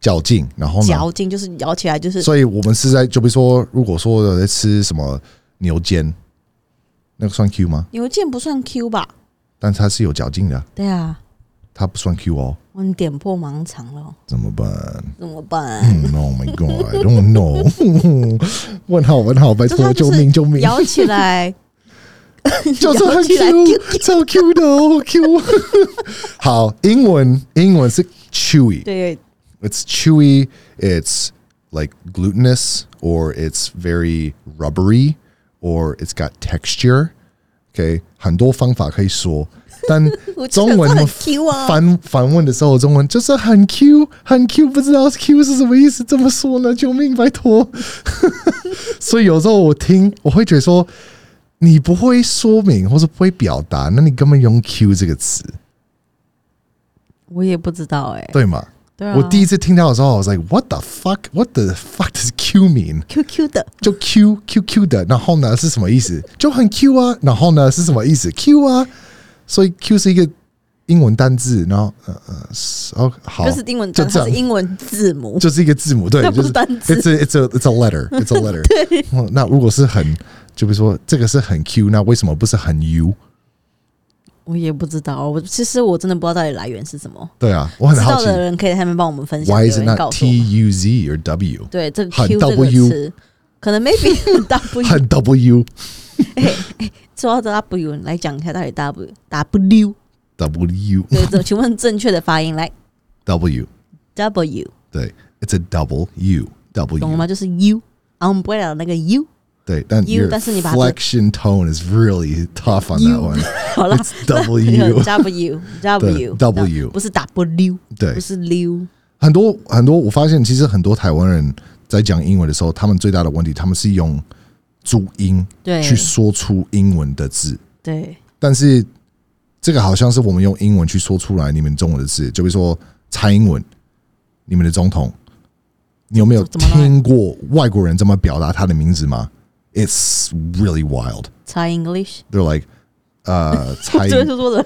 [SPEAKER 2] 较劲，然后呢？
[SPEAKER 1] 嚼劲就是咬起来就是
[SPEAKER 2] 哦所以我们是在就比如说，如果说有在吃什么牛肩，那个算 Q 吗？
[SPEAKER 1] 牛腱不算 Q 吧？
[SPEAKER 2] 但它是有嚼劲的啊，
[SPEAKER 1] 对啊，
[SPEAKER 2] 它不算 Q 哦，
[SPEAKER 1] 我你点破盲肠了，
[SPEAKER 2] 怎么办
[SPEAKER 1] 怎么办？
[SPEAKER 2] 嗯？Oh my god, I don't know 。 *laughs* 问号问号，拜
[SPEAKER 1] 就是
[SPEAKER 2] 托，
[SPEAKER 1] 它就
[SPEAKER 2] 救
[SPEAKER 1] 是
[SPEAKER 2] 命救命！
[SPEAKER 1] 摇起来，
[SPEAKER 2] *laughs*
[SPEAKER 1] *laughs*
[SPEAKER 2] 就是很
[SPEAKER 1] 摇起来
[SPEAKER 2] Q，超 Q 的哦 Q。好，英文英文是 chewy，
[SPEAKER 1] 对
[SPEAKER 2] It's chewy. It's like glutinous, or it's very rubbery, or it's got texture. OK，很多方法可以说，但
[SPEAKER 1] 我就
[SPEAKER 2] 中文
[SPEAKER 1] 想说很 Q 啊
[SPEAKER 2] 反反问的时候，中文就是很 Q，很 Q，不知道 Q 是什么意思，怎么说呢？救命，拜 *laughs* 托！所以有时候我听，我会觉得说，你不会说明或是不会表达，那你根本用 Q 这个词，
[SPEAKER 1] 我也不知道哎、
[SPEAKER 2] 对吗？
[SPEAKER 1] 对啊，
[SPEAKER 2] 我第一次听到的时候，I was like, "What the fuck? What the fuck does Q mean?"
[SPEAKER 1] QQ 的
[SPEAKER 2] 就 Q Q Q 的，然后呢是什么意思？就很 Q 啊，然后呢是什么意思？Q 啊，所以 Q 是一个英文单字，然后呃呃，是哦好，
[SPEAKER 1] 就是英文
[SPEAKER 2] 就
[SPEAKER 1] 单，
[SPEAKER 2] 这
[SPEAKER 1] 它是
[SPEAKER 2] 样，
[SPEAKER 1] 英文字母，
[SPEAKER 2] 就是一个字母，对，
[SPEAKER 1] 那
[SPEAKER 2] 就
[SPEAKER 1] 不是
[SPEAKER 2] 是
[SPEAKER 1] 单字
[SPEAKER 2] It's a It's a It's a letter. It's
[SPEAKER 1] *laughs*
[SPEAKER 2] a letter. 嗯那如果是很，就比如说这个是很 Q，那为什么不是很 U？
[SPEAKER 1] 我也不知道，我其实我真的不知道到底来源是什么。
[SPEAKER 2] 对啊，我很
[SPEAKER 1] 知
[SPEAKER 2] 好
[SPEAKER 1] 道
[SPEAKER 2] 奇
[SPEAKER 1] 的人可以在下面帮我们分享，
[SPEAKER 2] ，Why
[SPEAKER 1] 有
[SPEAKER 2] is it
[SPEAKER 1] 人告
[SPEAKER 2] not
[SPEAKER 1] 诉
[SPEAKER 2] T
[SPEAKER 1] 我们。
[SPEAKER 2] U Z or W？
[SPEAKER 1] 对这个
[SPEAKER 2] 很
[SPEAKER 1] Q 这个
[SPEAKER 2] W
[SPEAKER 1] 词，可能 maybe
[SPEAKER 2] *laughs*
[SPEAKER 1] 很 W。
[SPEAKER 2] 很 W
[SPEAKER 1] 说到 W，来讲一下到底 W W
[SPEAKER 2] W
[SPEAKER 1] 对，这请问正确的发音来
[SPEAKER 2] W，
[SPEAKER 1] W
[SPEAKER 2] 对，It's a double U
[SPEAKER 1] 懂了
[SPEAKER 2] W。
[SPEAKER 1] 吗？就是 U 啊 umbrella 的那个
[SPEAKER 2] *laughs*
[SPEAKER 1] U。
[SPEAKER 2] 对，但
[SPEAKER 1] U，
[SPEAKER 2] your
[SPEAKER 1] 但是你把它
[SPEAKER 2] flexion tone is really tough on that
[SPEAKER 1] U *laughs*
[SPEAKER 2] one。
[SPEAKER 1] 好啦
[SPEAKER 2] It's
[SPEAKER 1] *laughs*
[SPEAKER 2] W。 *laughs*
[SPEAKER 1] W W
[SPEAKER 2] 对 W
[SPEAKER 1] 不是 W，
[SPEAKER 2] 对
[SPEAKER 1] 不，是溜。
[SPEAKER 2] 很多很多，我发现其实很多台湾人在讲英文的时候，他们最大的问题，他们是用注音
[SPEAKER 1] 对
[SPEAKER 2] 去说出英文的字，
[SPEAKER 1] 对
[SPEAKER 2] 但是这个好像是我们用英文去说出来你们中文的字，就比如说蔡英文，你们的总统，你有没有
[SPEAKER 1] 怎么了
[SPEAKER 2] 听过外国人这么表达他的名字吗？It's really wild.
[SPEAKER 1] ，Try English。
[SPEAKER 2] They're like,
[SPEAKER 1] *laughs*
[SPEAKER 2] 呃，蔡
[SPEAKER 1] 这位是说的，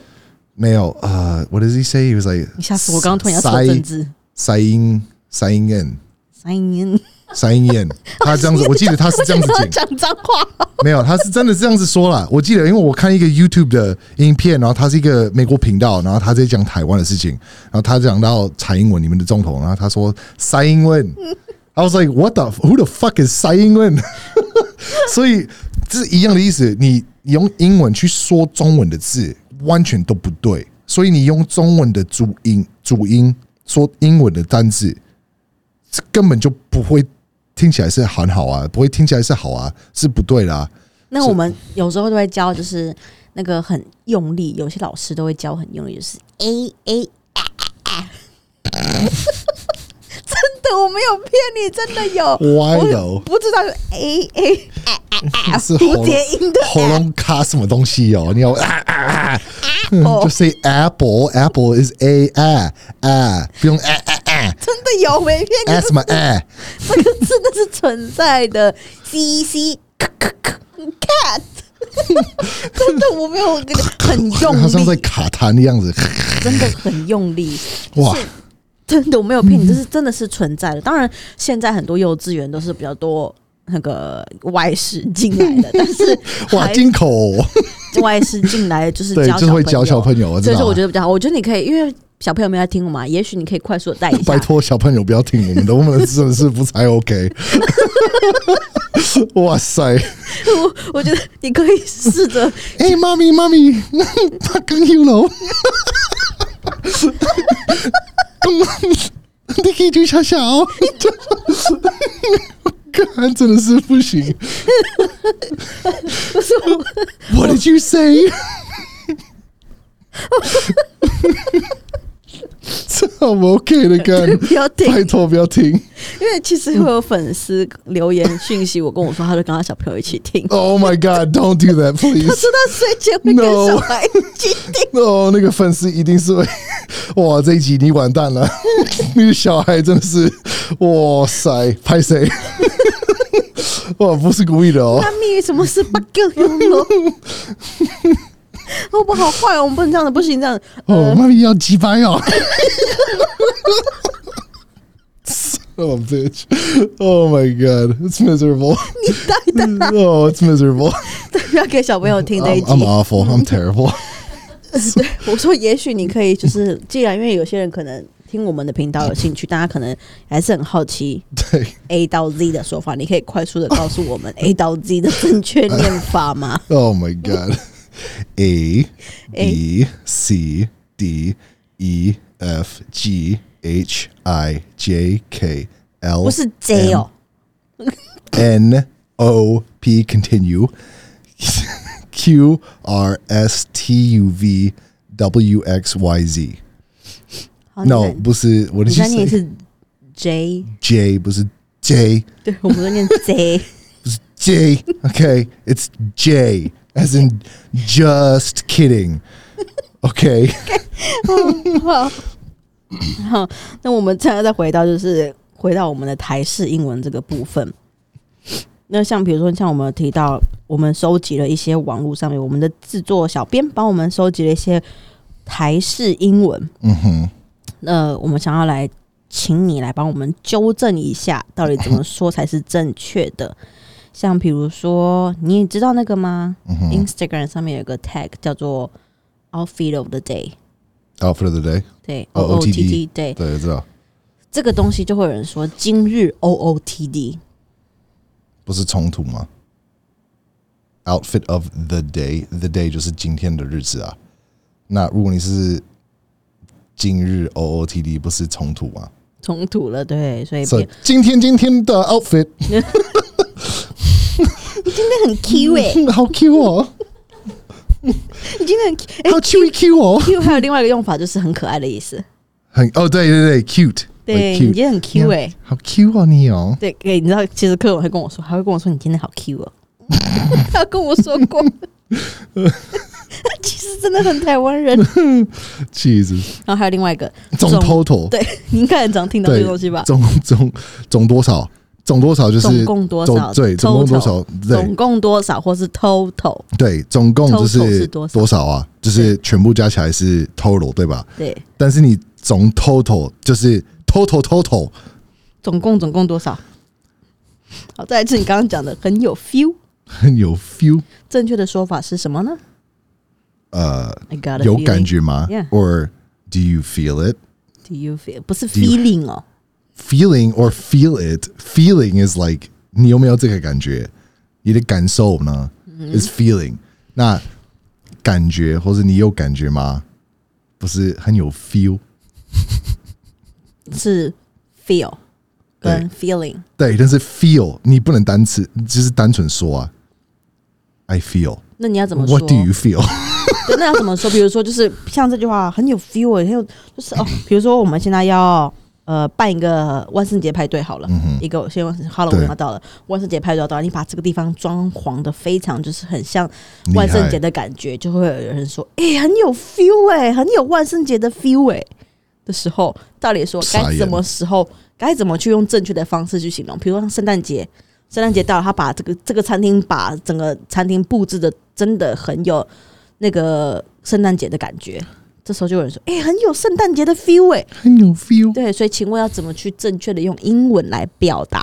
[SPEAKER 2] 没有，呃，What does he say? He was like，
[SPEAKER 1] 你吓死我！刚刚突然要说政治，
[SPEAKER 2] 蔡英蔡英文。
[SPEAKER 1] 三英，
[SPEAKER 2] 三燕，他这
[SPEAKER 1] *laughs*
[SPEAKER 2] 样子，我记得他是这样子
[SPEAKER 1] 我
[SPEAKER 2] 讲，
[SPEAKER 1] 讲脏话。
[SPEAKER 2] 没有，他是真的这样子说啦。我记得，因为我看一个 YouTube 的影片，然后他是一个美国频道，然后他在讲台湾的事情，然后他讲到蔡英文你们的总统，然后他说蔡英文，I was like what the who the fuck is 蔡英文？ *laughs* 所以这是一样的意思，你你用英文去说中文的字完全都不对，所以你用中文的主音主音说英文的单字，这根本就不会听起来是很好啊，不会听起来是好啊，是不对啦、
[SPEAKER 1] 那我们有时候都会教，就是那个很用力，有些老师都会教很用力，就是 A A。啊 *laughs* 啊啊真的，我没有骗你，真的有。
[SPEAKER 2] Why
[SPEAKER 1] 我
[SPEAKER 2] though？
[SPEAKER 1] 不知道是 A A *laughs*
[SPEAKER 2] 是喉
[SPEAKER 1] 蝴
[SPEAKER 2] 咙
[SPEAKER 1] 蝶音的
[SPEAKER 2] 喉咙卡什么东西哦？你要啊啊啊，
[SPEAKER 1] 哦
[SPEAKER 2] 就 say apple apple is a 啊啊，不用啊啊啊
[SPEAKER 1] 真的有，没骗你
[SPEAKER 2] 啊，什么啊？
[SPEAKER 1] 这个真的是存在的。C C 咳咳咳 cat，真的我没有跟你很用
[SPEAKER 2] 好像在
[SPEAKER 1] 力，
[SPEAKER 2] 卡痰的样子。
[SPEAKER 1] 真的很用力，
[SPEAKER 2] 哇，
[SPEAKER 1] 真的我没有
[SPEAKER 2] 嗯
[SPEAKER 1] 骗你，这是真的是存在的。当然，现在很多幼稚园都是比较多那个外事进来的，
[SPEAKER 2] *laughs*
[SPEAKER 1] 但是
[SPEAKER 2] 哇，
[SPEAKER 1] 还啊
[SPEAKER 2] 金口哦，
[SPEAKER 1] *laughs* 外事进来就是
[SPEAKER 2] 对，
[SPEAKER 1] 教
[SPEAKER 2] 就是会教小
[SPEAKER 1] 小朋友，
[SPEAKER 2] 朋友，我知
[SPEAKER 1] 所以说
[SPEAKER 2] 道
[SPEAKER 1] 我
[SPEAKER 2] 啊
[SPEAKER 1] 觉。得比较好。我觉得你可以，因为小朋友没有在听我嘛，也许你可以快速的带一下
[SPEAKER 2] 拜。托小朋友不要听我们的，我们真的是不才 OK。哇塞！
[SPEAKER 1] 我 *laughs* 我觉得你可以试着
[SPEAKER 2] 哎、妈咪，妈咪， *laughs* 他刚有楼，刚，你可以去小小，看真的是不行。
[SPEAKER 1] 不是我
[SPEAKER 2] What did you say？这好不 OK 的干，
[SPEAKER 1] *laughs* 不要听，
[SPEAKER 2] 拜托不要听。
[SPEAKER 1] 因为其实会有粉丝留言讯息，我跟我说，他就跟他小朋友一起
[SPEAKER 2] *laughs*
[SPEAKER 1] 听，
[SPEAKER 2] Oh my God，don't do that
[SPEAKER 1] 他
[SPEAKER 2] please。
[SPEAKER 1] 说他睡前会跟
[SPEAKER 2] No
[SPEAKER 1] 小孩一起听。
[SPEAKER 2] 哦，那个粉丝一定是会， *laughs* 哇，这一集你完蛋了， *laughs* 那个小孩真的是，哇塞，拍谁？ *laughs* 哇，不是故意的哦
[SPEAKER 1] 妈，咪，什么是八个红楼？我不好坏哦，我们不能这样的，不行这样的。
[SPEAKER 2] 哦，妈咪要鸡掰哦。Oh bitch! Oh my god, it's miserable.
[SPEAKER 1] *laughs* 你带的
[SPEAKER 2] Oh, it's
[SPEAKER 1] *laughs*
[SPEAKER 2] miserable.
[SPEAKER 1] 不要给小朋友听这一
[SPEAKER 2] I'm,
[SPEAKER 1] 集。
[SPEAKER 2] I'm awful. I'm terrible. *laughs*
[SPEAKER 1] 对，我说也许你可以，就是既然因为有些人可能听我们的频道有兴趣，大家可能还是很好奇
[SPEAKER 2] 对，
[SPEAKER 1] A 到 Z 的说法，你可以快速的告诉我们 A 到 Z 的正确念法吗？
[SPEAKER 2] Oh my god. *laughs* A
[SPEAKER 1] A.
[SPEAKER 2] B C D E F G H I J K
[SPEAKER 1] 不
[SPEAKER 2] L
[SPEAKER 1] 是 J 哦。
[SPEAKER 2] N O P continue *laughs* Q R S T U V W X Y Z.
[SPEAKER 1] 好你
[SPEAKER 2] No,
[SPEAKER 1] 再
[SPEAKER 2] 不是我的
[SPEAKER 1] 你
[SPEAKER 2] 意
[SPEAKER 1] 再念一
[SPEAKER 2] 思。
[SPEAKER 1] 次 J，
[SPEAKER 2] J 不是 J
[SPEAKER 1] 对，我们都念 J，
[SPEAKER 2] 不是 J. Okay, it's J as in just kidding. Okay.
[SPEAKER 1] 好，好，那我们现在再回到就是回到我们的台式英文这个部分。那像比如说，像我们有提到，我们收集了一些网络上面我们的制作小编帮我们收集了一些台式英文。
[SPEAKER 2] 嗯哼。
[SPEAKER 1] 那我们想要来请你来帮我们纠正一下，到底怎么说才是正确
[SPEAKER 2] *laughs*
[SPEAKER 1] 的？像比如说，你知道那个吗、i n s t a g r a m 上面有个 tag 叫做 outfit of the day，
[SPEAKER 2] Outfit of the Oh, day，
[SPEAKER 1] 对
[SPEAKER 2] 哦
[SPEAKER 1] O O T
[SPEAKER 2] OOTD
[SPEAKER 1] D，对
[SPEAKER 2] 对，我知道，
[SPEAKER 1] 这个东西就会有人说今日 O O T D，
[SPEAKER 2] 不是冲突吗？Outfit of the day，the day 就是今天的日子啊。那如果你是今日 OOTD，不是冲突吗？
[SPEAKER 1] 冲突了，对，所以
[SPEAKER 2] 所
[SPEAKER 1] 变
[SPEAKER 2] 以今天今天的 outfit
[SPEAKER 1] 真的很 Q *laughs* 哎、
[SPEAKER 2] *laughs* 好 Q 哦，
[SPEAKER 1] 你真的很 Q，哎、
[SPEAKER 2] 好 Q Q 哦，
[SPEAKER 1] Q 还有另外一个用法就是很可爱的意思，
[SPEAKER 2] 很哦，对对对，cute，
[SPEAKER 1] 对，
[SPEAKER 2] cute
[SPEAKER 1] 你今天很 Q 哎、
[SPEAKER 2] 好 Q 哦你哦，
[SPEAKER 1] 对，哎、你知道，其实客人会跟我说，还会跟我说你今天好 Q 哦， *laughs* 他跟我说 *laughs* 过，其实真的很台湾 *laughs* 人。
[SPEAKER 2] 气死，
[SPEAKER 1] 然后还有另外一个
[SPEAKER 2] 总 total
[SPEAKER 1] 对，你应该很常听到这
[SPEAKER 2] 对
[SPEAKER 1] 个东西吧？
[SPEAKER 2] 总总总多少总多少就是
[SPEAKER 1] 总共多
[SPEAKER 2] 总
[SPEAKER 1] 少？
[SPEAKER 2] 对总共多
[SPEAKER 1] total？
[SPEAKER 2] 少对
[SPEAKER 1] 总共多少，或是 total？
[SPEAKER 2] 对总共就
[SPEAKER 1] total
[SPEAKER 2] 是
[SPEAKER 1] 是多少
[SPEAKER 2] 多少啊？就是全部加起来是 total 对吧？
[SPEAKER 1] 对，
[SPEAKER 2] 但是你总 total 就是 total total
[SPEAKER 1] 总共总共多少？好，再来一次你刚刚讲的很有 feel，
[SPEAKER 2] 很 *laughs* 有 feel，
[SPEAKER 1] 正确的说法是什么呢
[SPEAKER 2] 呃，
[SPEAKER 1] ？I got a
[SPEAKER 2] 有
[SPEAKER 1] feeling
[SPEAKER 2] 感觉吗
[SPEAKER 1] Yeah
[SPEAKER 2] ？Or do you feel it？
[SPEAKER 1] Do you feel？不是
[SPEAKER 2] Do you-
[SPEAKER 1] feeling 哦，
[SPEAKER 2] feeling or feel it. Feeling is like 你有没有这个感觉？你的感受呢、is
[SPEAKER 1] 嗯
[SPEAKER 2] feeling。那感觉或者你有感觉吗？不是很有 feel。
[SPEAKER 1] 是 feel 跟 feeling。
[SPEAKER 2] 对，但是 feel 你不能单词，就是单纯说啊。I feel.
[SPEAKER 1] 那你要怎么说
[SPEAKER 2] What do you feel? *laughs*
[SPEAKER 1] 对，那要怎么说？比如说，就是像这句话很有 feel，欸很有，就是哦，比如说我们现在要呃办一个万圣节派对好了，一个先好了，我
[SPEAKER 2] 嗯对
[SPEAKER 1] 们要到了万圣节派对要到了，你把这个地方装潢的非常就是很像
[SPEAKER 2] 厉害
[SPEAKER 1] 万圣节的感觉，就会有人说，哎、很有 feel 哎、很有万圣节的 feel 哎、的时候，到底说
[SPEAKER 2] 傻
[SPEAKER 1] 该
[SPEAKER 2] 眼
[SPEAKER 1] 什么时候该怎么去用正确的方式去形容？比如说像圣诞节，圣诞节到了，他把这个这个餐厅把整个餐厅布置的真的很有那个圣诞节的感觉。这时候就有人说：“哎、很有圣诞节的 feel 哎、
[SPEAKER 2] 很有 feel.
[SPEAKER 1] 对，所以请问要怎么去正确的用英文来表达？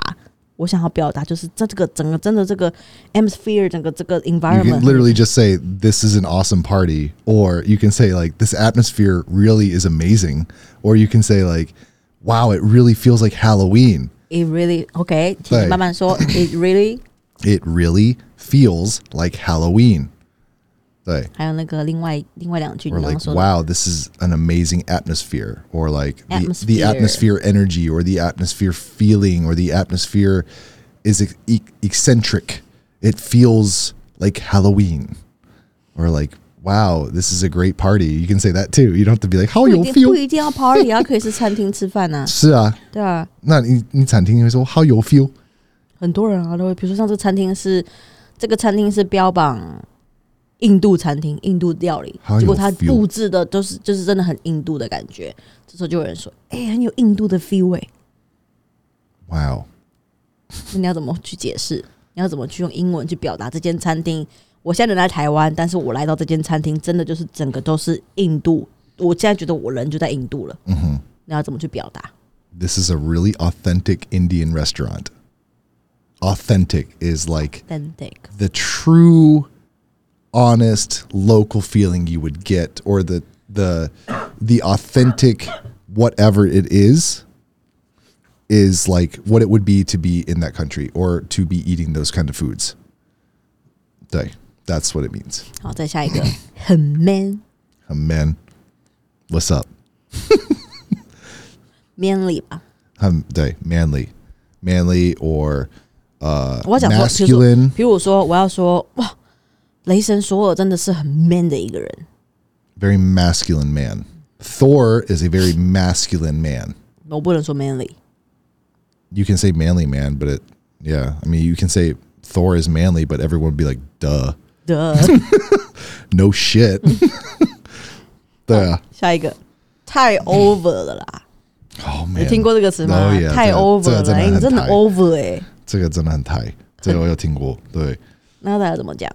[SPEAKER 1] 我想要表达就是这这个整个真的这个 atmosphere 整个这个
[SPEAKER 2] You can
[SPEAKER 1] environment
[SPEAKER 2] literally just say this is an awesome party, or you can say like this atmosphere really is amazing, or you can say like, wow, it really feels like Halloween.
[SPEAKER 1] it really OK，请你
[SPEAKER 2] 对
[SPEAKER 1] 慢慢说 it really，
[SPEAKER 2] It really feels like Halloween. 对。
[SPEAKER 1] 还有那个另外另外两句你
[SPEAKER 2] Or
[SPEAKER 1] 刚
[SPEAKER 2] like,
[SPEAKER 1] 刚说的
[SPEAKER 2] wow, this is an amazing atmosphere. Or like the, the
[SPEAKER 1] Atmosphere.
[SPEAKER 2] atmosphere energy or the atmosphere feeling or the atmosphere is ec- ec- eccentric. It feels like Halloween. Or like, wow, this is a great party. You can say that too. You don't have to be like, how
[SPEAKER 1] 不
[SPEAKER 2] you
[SPEAKER 1] 一定不
[SPEAKER 2] feel?
[SPEAKER 1] 一定要 party 啊，可以是餐厅吃饭啊，
[SPEAKER 2] 是啊，
[SPEAKER 1] 对啊，
[SPEAKER 2] 那你你餐厅会说 how you feel？
[SPEAKER 1] 很多人啊都会，比如说像这个餐厅是这个餐厅是标榜印度餐厅、印度料理
[SPEAKER 2] 好，有
[SPEAKER 1] 结果它
[SPEAKER 2] feel
[SPEAKER 1] 布置的都是就是真的很印度的感觉。这时候就有人说：“哎、很有印度的 feel 哎、
[SPEAKER 2] Wow，
[SPEAKER 1] 那你要怎么去解释？你要怎么去用英文去表达这间餐厅？我现在人在台湾，但是我来到这间餐厅，真的就是整个都是印度。我现在觉得我人就在印度了。嗯哼，你要怎么去表达？
[SPEAKER 2] this is a really authentic Indian restaurant. Authentic is like
[SPEAKER 1] Then t a k
[SPEAKER 2] the true honest local feeling you would get or the the the authentic whatever it is is like what it would be to be in that country or to be eating those kind of foods. Day. That's what it means.
[SPEAKER 1] 好，再下一个， *laughs* 很 man
[SPEAKER 2] A man. What's up?
[SPEAKER 1] manly 吧。
[SPEAKER 2] Um day. Manly. Manly or uh
[SPEAKER 1] 我想说，比如说
[SPEAKER 2] masculine,
[SPEAKER 1] 比如说，我要说哇，雷神索尔真的是很 man 的一个人。
[SPEAKER 2] very masculine man. Thor is a very masculine man.
[SPEAKER 1] 我不能说 manly，
[SPEAKER 2] you can say manly man, but it, yeah, I mean, you can say Thor is manly, but everyone would be like, duh,
[SPEAKER 1] 的 *laughs*
[SPEAKER 2] no shit. *laughs* 对啊，
[SPEAKER 1] 下一个太 over 了啦！
[SPEAKER 2] 哦，没
[SPEAKER 1] 你听过这个词吗
[SPEAKER 2] Oh, yeah，？
[SPEAKER 1] 太
[SPEAKER 2] 这个
[SPEAKER 1] over
[SPEAKER 2] 这个
[SPEAKER 1] 了
[SPEAKER 2] 真的
[SPEAKER 1] 啦，
[SPEAKER 2] 很
[SPEAKER 1] 你真的
[SPEAKER 2] 台
[SPEAKER 1] over 哎，
[SPEAKER 2] 这个真的很台，这个我有听过。 *laughs* 对
[SPEAKER 1] 那大家怎么讲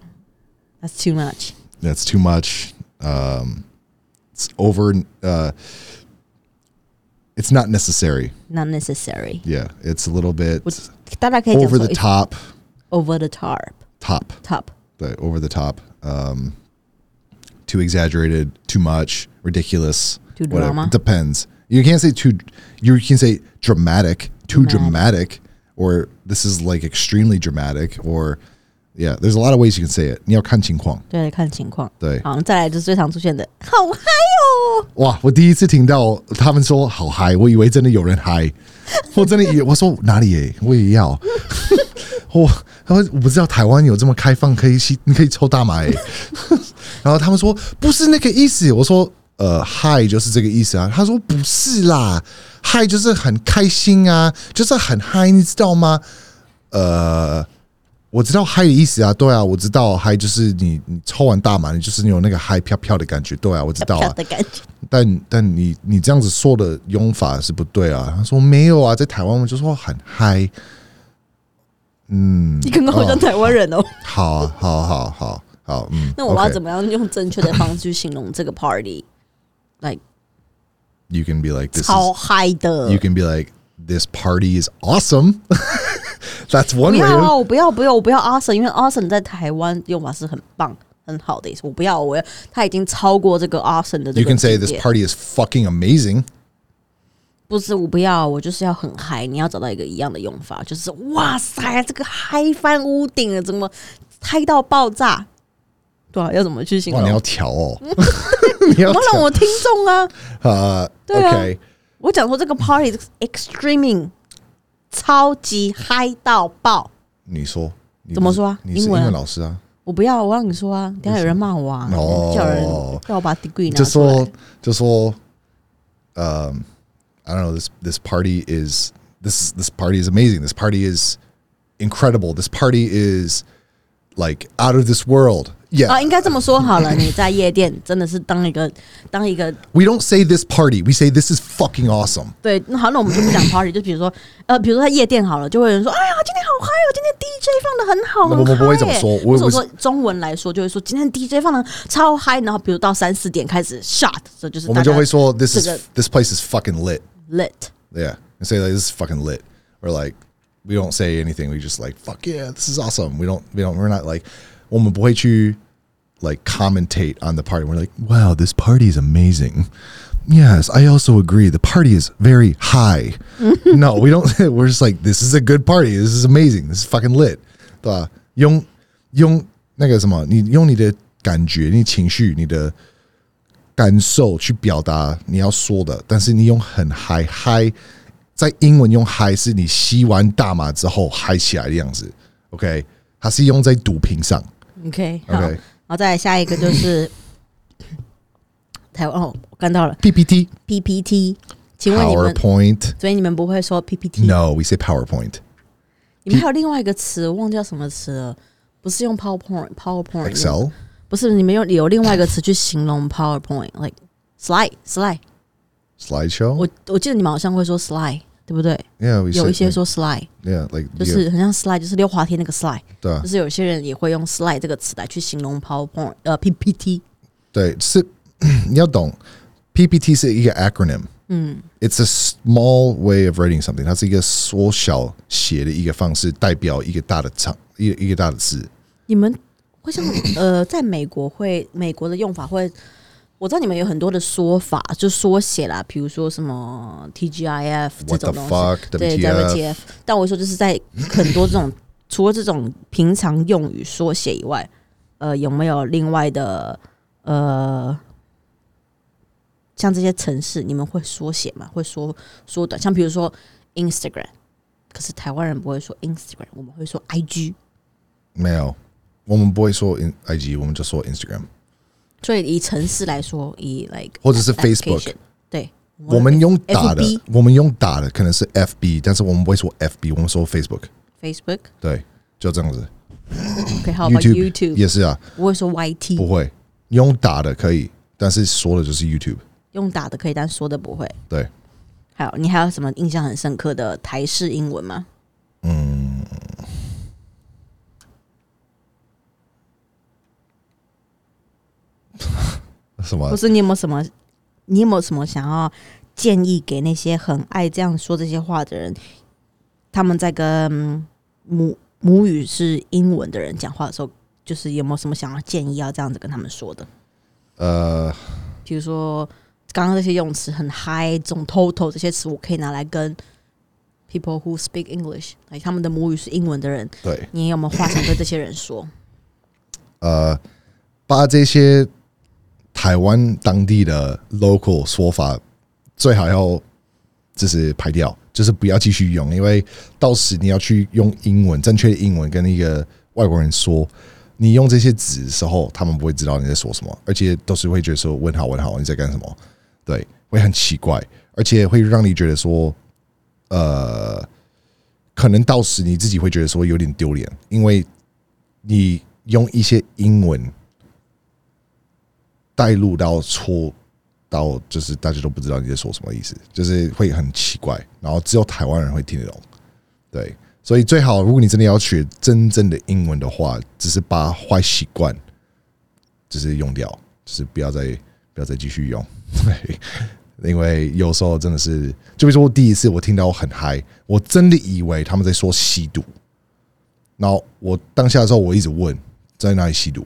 [SPEAKER 1] ？That's too much。
[SPEAKER 2] ，That's too much. Um, it's over. Uh, it's not necessary.
[SPEAKER 1] Not necessary。
[SPEAKER 2] Yeah, it's a little bit
[SPEAKER 1] 我大家可以讲
[SPEAKER 2] over
[SPEAKER 1] 说
[SPEAKER 2] the
[SPEAKER 1] it's
[SPEAKER 2] top.
[SPEAKER 1] over the top
[SPEAKER 2] Top.
[SPEAKER 1] top。
[SPEAKER 2] 对，over the top. Um, too exaggerated, too much, ridiculous,
[SPEAKER 1] Too drama?
[SPEAKER 2] Depends. You can't say too. You can say dramatic, too dramatic, or this is like extremely dramatic, or yeah. There's a lot of ways you can say it. 你要看情况。
[SPEAKER 1] 对，看情况。
[SPEAKER 2] 对
[SPEAKER 1] 好，再来就是最常出现的，好嗨哦！
[SPEAKER 2] 哇！我第一次听到他们说好嗨，我以为真的有人嗨，我真的以为我说哪里耶、我也要。 *laughs* 我他们我不知道台湾有这么开放，可以吸，你可以抽大麻耶、 *laughs* 然后他们说不是那个意思，我说呃嗨就是这个意思啊。他说不是啦，嗨就是很开心啊，就是很嗨，你知道吗？呃，我知道嗨的意思啊，对啊，我知道嗨就是你你抽完大麻，你就是有那个嗨飘飘的感觉，对啊，我知道
[SPEAKER 1] 飘
[SPEAKER 2] 啊。
[SPEAKER 1] 的感觉，
[SPEAKER 2] 但但你你这样子说的用法是不对啊。他说没有啊，在台湾我们就说很嗨，嗯
[SPEAKER 1] 你刚刚好像台湾人哦。
[SPEAKER 2] 好啊，好啊好啊好啊好啊，嗯。
[SPEAKER 1] 那我要怎
[SPEAKER 2] 么
[SPEAKER 1] 么样用正确的方式去形容这个 party？like
[SPEAKER 2] ？You can be like this.
[SPEAKER 1] 超
[SPEAKER 2] Is,
[SPEAKER 1] 嗨的
[SPEAKER 2] you。can be like this party is awesome. That's
[SPEAKER 1] 不
[SPEAKER 2] one way.
[SPEAKER 1] 要啊！
[SPEAKER 2] of-
[SPEAKER 1] 我不要，不要，我不要 awesome，因为 awesome 在台湾用法是很棒、很好的意思。我不要，我要，它已经超过这个 awesome 的这
[SPEAKER 2] You
[SPEAKER 1] 个
[SPEAKER 2] can
[SPEAKER 1] 级
[SPEAKER 2] say this
[SPEAKER 1] 别。
[SPEAKER 2] party is fucking amazing.
[SPEAKER 1] 不是，我不要，我就是要很嗨。你要找到一个一样的用法，就是哇塞，这个嗨翻屋顶了，怎么嗨到爆炸？对啊，要怎么去形
[SPEAKER 2] 哇，
[SPEAKER 1] 容？
[SPEAKER 2] 你要调哦，你要
[SPEAKER 1] 我让
[SPEAKER 2] 调
[SPEAKER 1] 我听众啊，
[SPEAKER 2] 呃
[SPEAKER 1] 对啊
[SPEAKER 2] ，OK，
[SPEAKER 1] 我讲说这个 party 这个 extreming 超级嗨到爆，
[SPEAKER 2] 你说你
[SPEAKER 1] 怎么
[SPEAKER 2] 不是
[SPEAKER 1] 说啊
[SPEAKER 2] 你是
[SPEAKER 1] 英
[SPEAKER 2] 英
[SPEAKER 1] 文啊
[SPEAKER 2] 文老师啊，
[SPEAKER 1] 我不要，我让你说啊，等一下有人骂我啊，
[SPEAKER 2] 哦
[SPEAKER 1] 叫人叫我把 degree 拿
[SPEAKER 2] 就
[SPEAKER 1] 出来
[SPEAKER 2] 说。就说，um, I don't know this this party is this this party is amazing. This party is incredible. This party is like out of this world. Yeah,
[SPEAKER 1] 啊，应该这么说好了。你在夜店真的是当一个 *laughs* 当一个
[SPEAKER 2] we don't say this party. We say this is fucking awesome.
[SPEAKER 1] 对，那好，那我们就
[SPEAKER 2] *laughs*
[SPEAKER 1] 不讲 party，就比如说呃，比如说在夜店好了，就会有人说，哎呀，今天好嗨哦，今天 DJ 放的很好，
[SPEAKER 2] 那
[SPEAKER 1] 很
[SPEAKER 2] 我不会
[SPEAKER 1] 嗨
[SPEAKER 2] 这么
[SPEAKER 1] 耶
[SPEAKER 2] 说
[SPEAKER 1] 不
[SPEAKER 2] 我
[SPEAKER 1] 是
[SPEAKER 2] 我
[SPEAKER 1] 我
[SPEAKER 2] 是
[SPEAKER 1] 说中文来说，就会说今天 DJ 放的超嗨，然后比如到三四点开始 shot，这就是大
[SPEAKER 2] 我们
[SPEAKER 1] 家
[SPEAKER 2] 就会说 this
[SPEAKER 1] 这个
[SPEAKER 2] is this place is fucking lit.
[SPEAKER 1] lit。
[SPEAKER 2] Yeah, and say like this is fucking lit. Or like we don't say anything. We just like fuck yeah, this is awesome. We don't we don't we're not like 我们不会去 like commentate on the party. We're like wow, this party is amazing. Yes, I also agree. The party is very high. no, we don't. *laughs* We're just like this is a good party. This is amazing. This is fucking lit. 对吧？用用那个什么，你用你的感觉、你情绪、你的感受去表达你要说的，但是你用很嗨嗨，在英文用嗨是你吸完大麻之后嗨起来的样子。OK，它是用在毒品上。
[SPEAKER 1] OK，好
[SPEAKER 2] OK
[SPEAKER 1] 然后再来下一个就是
[SPEAKER 2] *coughs*
[SPEAKER 1] 台湾哦，我看到了
[SPEAKER 2] PPT
[SPEAKER 1] PPT，请问你们，
[SPEAKER 2] PowerPoint。
[SPEAKER 1] 所以你们不会说 PPT？
[SPEAKER 2] No，we say PowerPoint。
[SPEAKER 1] 你们还有另外一个词，忘记叫什么词了，不是用 PowerPoint，PowerPoint
[SPEAKER 2] Excel。
[SPEAKER 1] 不是你们用有另外一个词去形容 PowerPoint，like slide slide。
[SPEAKER 2] Slideshow，
[SPEAKER 1] 我我记得你们好像会说 slide，对不对？
[SPEAKER 2] yeah，we say-
[SPEAKER 1] Oh, 有一些说 slide，
[SPEAKER 2] ，yeah，like
[SPEAKER 1] 就是很像 slide，就是溜滑梯那个 slide。
[SPEAKER 2] 对啊
[SPEAKER 1] 就是有些人也会用 slide 这个词来去形容 PowerPoint，呃 PPT。
[SPEAKER 2] 对，是 *clears throat* 你要懂 PPT 是一个 acronym，嗯，It's a small way of writing something，它是一个缩小写的一个方式，代表一个大的长一个一个大的字。
[SPEAKER 1] 你们会像呃，在美国会美国的用法会，我知道你们有很多的说法，就缩写啦，比如说什么 TGIF 这
[SPEAKER 2] What
[SPEAKER 1] 种
[SPEAKER 2] the
[SPEAKER 1] 东西
[SPEAKER 2] fuck，
[SPEAKER 1] 对
[SPEAKER 2] WTF
[SPEAKER 1] WTF。但我说就是在很多这种除了这种平常用语缩写以外，呃，有没有另外的呃？像这些城市，你们会缩写吗？会缩缩短？像比如说 Instagram，可是台湾人不会说 Instagram，我们会说 IG。
[SPEAKER 2] 没有，我们不会说 in IG，我们就说 Instagram
[SPEAKER 1] 所以以城市来说，以 like
[SPEAKER 2] 或者是
[SPEAKER 1] application，
[SPEAKER 2] Facebook。
[SPEAKER 1] 对，
[SPEAKER 2] 我们用打
[SPEAKER 1] FB
[SPEAKER 2] 的，我们用打的可能是 FB，但是我们不会说 FB，我们说 Facebook。
[SPEAKER 1] Facebook
[SPEAKER 2] 对，就这样子。
[SPEAKER 1] OK，好吧 YouTube，
[SPEAKER 2] 也是啊，
[SPEAKER 1] 我会说
[SPEAKER 2] 不
[SPEAKER 1] YT，
[SPEAKER 2] 会用打的可以，但是说的就是 YouTube。
[SPEAKER 1] 用打的可以，但说的不会。
[SPEAKER 2] 对，
[SPEAKER 1] 还有你还有什么印象很深刻的台式英文吗？
[SPEAKER 2] 什么
[SPEAKER 1] 或？是你有没有什么，你有没有什么想要建议给那些很爱这样说这些话的人？他们在跟嗯母母语是英文的人讲话的时候，就是有没有什么想要建议要这样子跟他们说的？
[SPEAKER 2] 呃，
[SPEAKER 1] 比如说刚刚这些用词很嗨，这种 total 这些词，我可以拿来跟 people who speak English，哎，他们的母语是英文的人，
[SPEAKER 2] 对，
[SPEAKER 1] 你有没有话想对这些人说？ *laughs*
[SPEAKER 2] 呃，把这些台湾当地的 local 说法最好要就是排掉，就是不要继续用，因为到时你要去用英文，正确的英文跟那个外国人说，你用这些词的时候，他们不会知道你在说什么，而且都是会觉得说问好问好你在干什么，对，会很奇怪，而且会让你觉得说，呃，可能到时你自己会觉得说有点丢脸，因为你用一些英文带入到错到，就是大家都不知道你在说什么意思，就是会很奇怪，然后只有台湾人会听得懂。对，所以最好如果你真的要学真正的英文的话，只是把坏习惯就是用掉，就是不要再不要再继续用。 *laughs* 对，因为有时候真的是，就比如说我第一次我听到我很嗨，我真的以为他们在说吸毒，然后我当下的时候我一直问在哪里吸毒，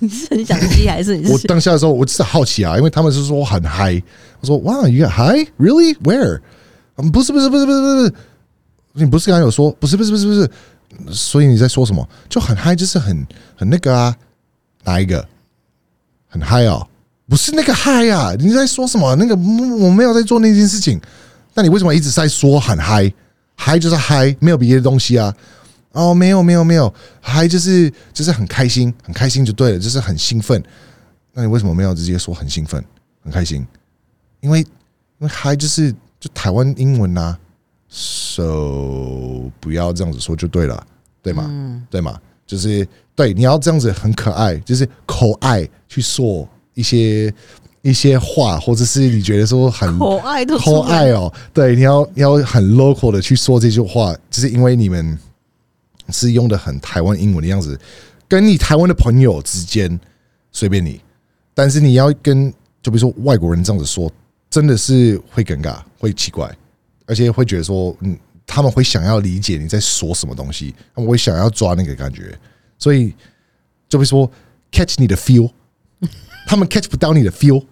[SPEAKER 1] 你是很想吸还 *laughs* 是你
[SPEAKER 2] 我
[SPEAKER 1] 是
[SPEAKER 2] 当下的时候，我只是好奇啊，因为他们是说很嗨，我说哇，you got high really where？嗯，不是不是不是不是不是，你不是刚刚有说不是不是不是不是，所以你在说什么？就很嗨，就是很很那个啊，哪一个？很嗨哦，不是那个嗨啊，你在说什么？那个我我没有在做那件事情，那你为什么一直在说很嗨？嗨就是嗨，没有别的东西啊。哦，没有没有没有，嗨就是就是很开心，很开心就对了，就是很兴奋。那你为什么没有直接说很兴奋、很开心？因为因为嗨就是就台湾英文呐、啊，so 不要这样子说就对了，对吗？对吗？就是对，你要这样子很可爱，就是口爱去说一些一些话，或者是你觉得说很
[SPEAKER 1] 口爱都出
[SPEAKER 2] 好
[SPEAKER 1] 来
[SPEAKER 2] 爱哦，对，你要你要很 local 的去说这句话，就是因为你们是用的很台湾英文的样子，跟你台湾的朋友之间随便你，但是你要跟就比如说外国人这样子说，真的是会尴尬，会奇怪，而且会觉得说，嗯，他们会想要理解你在说什么东西，他们会想要抓那个感觉，所以就会说 catch 你的 feel，他们 catch 不到你的 feel。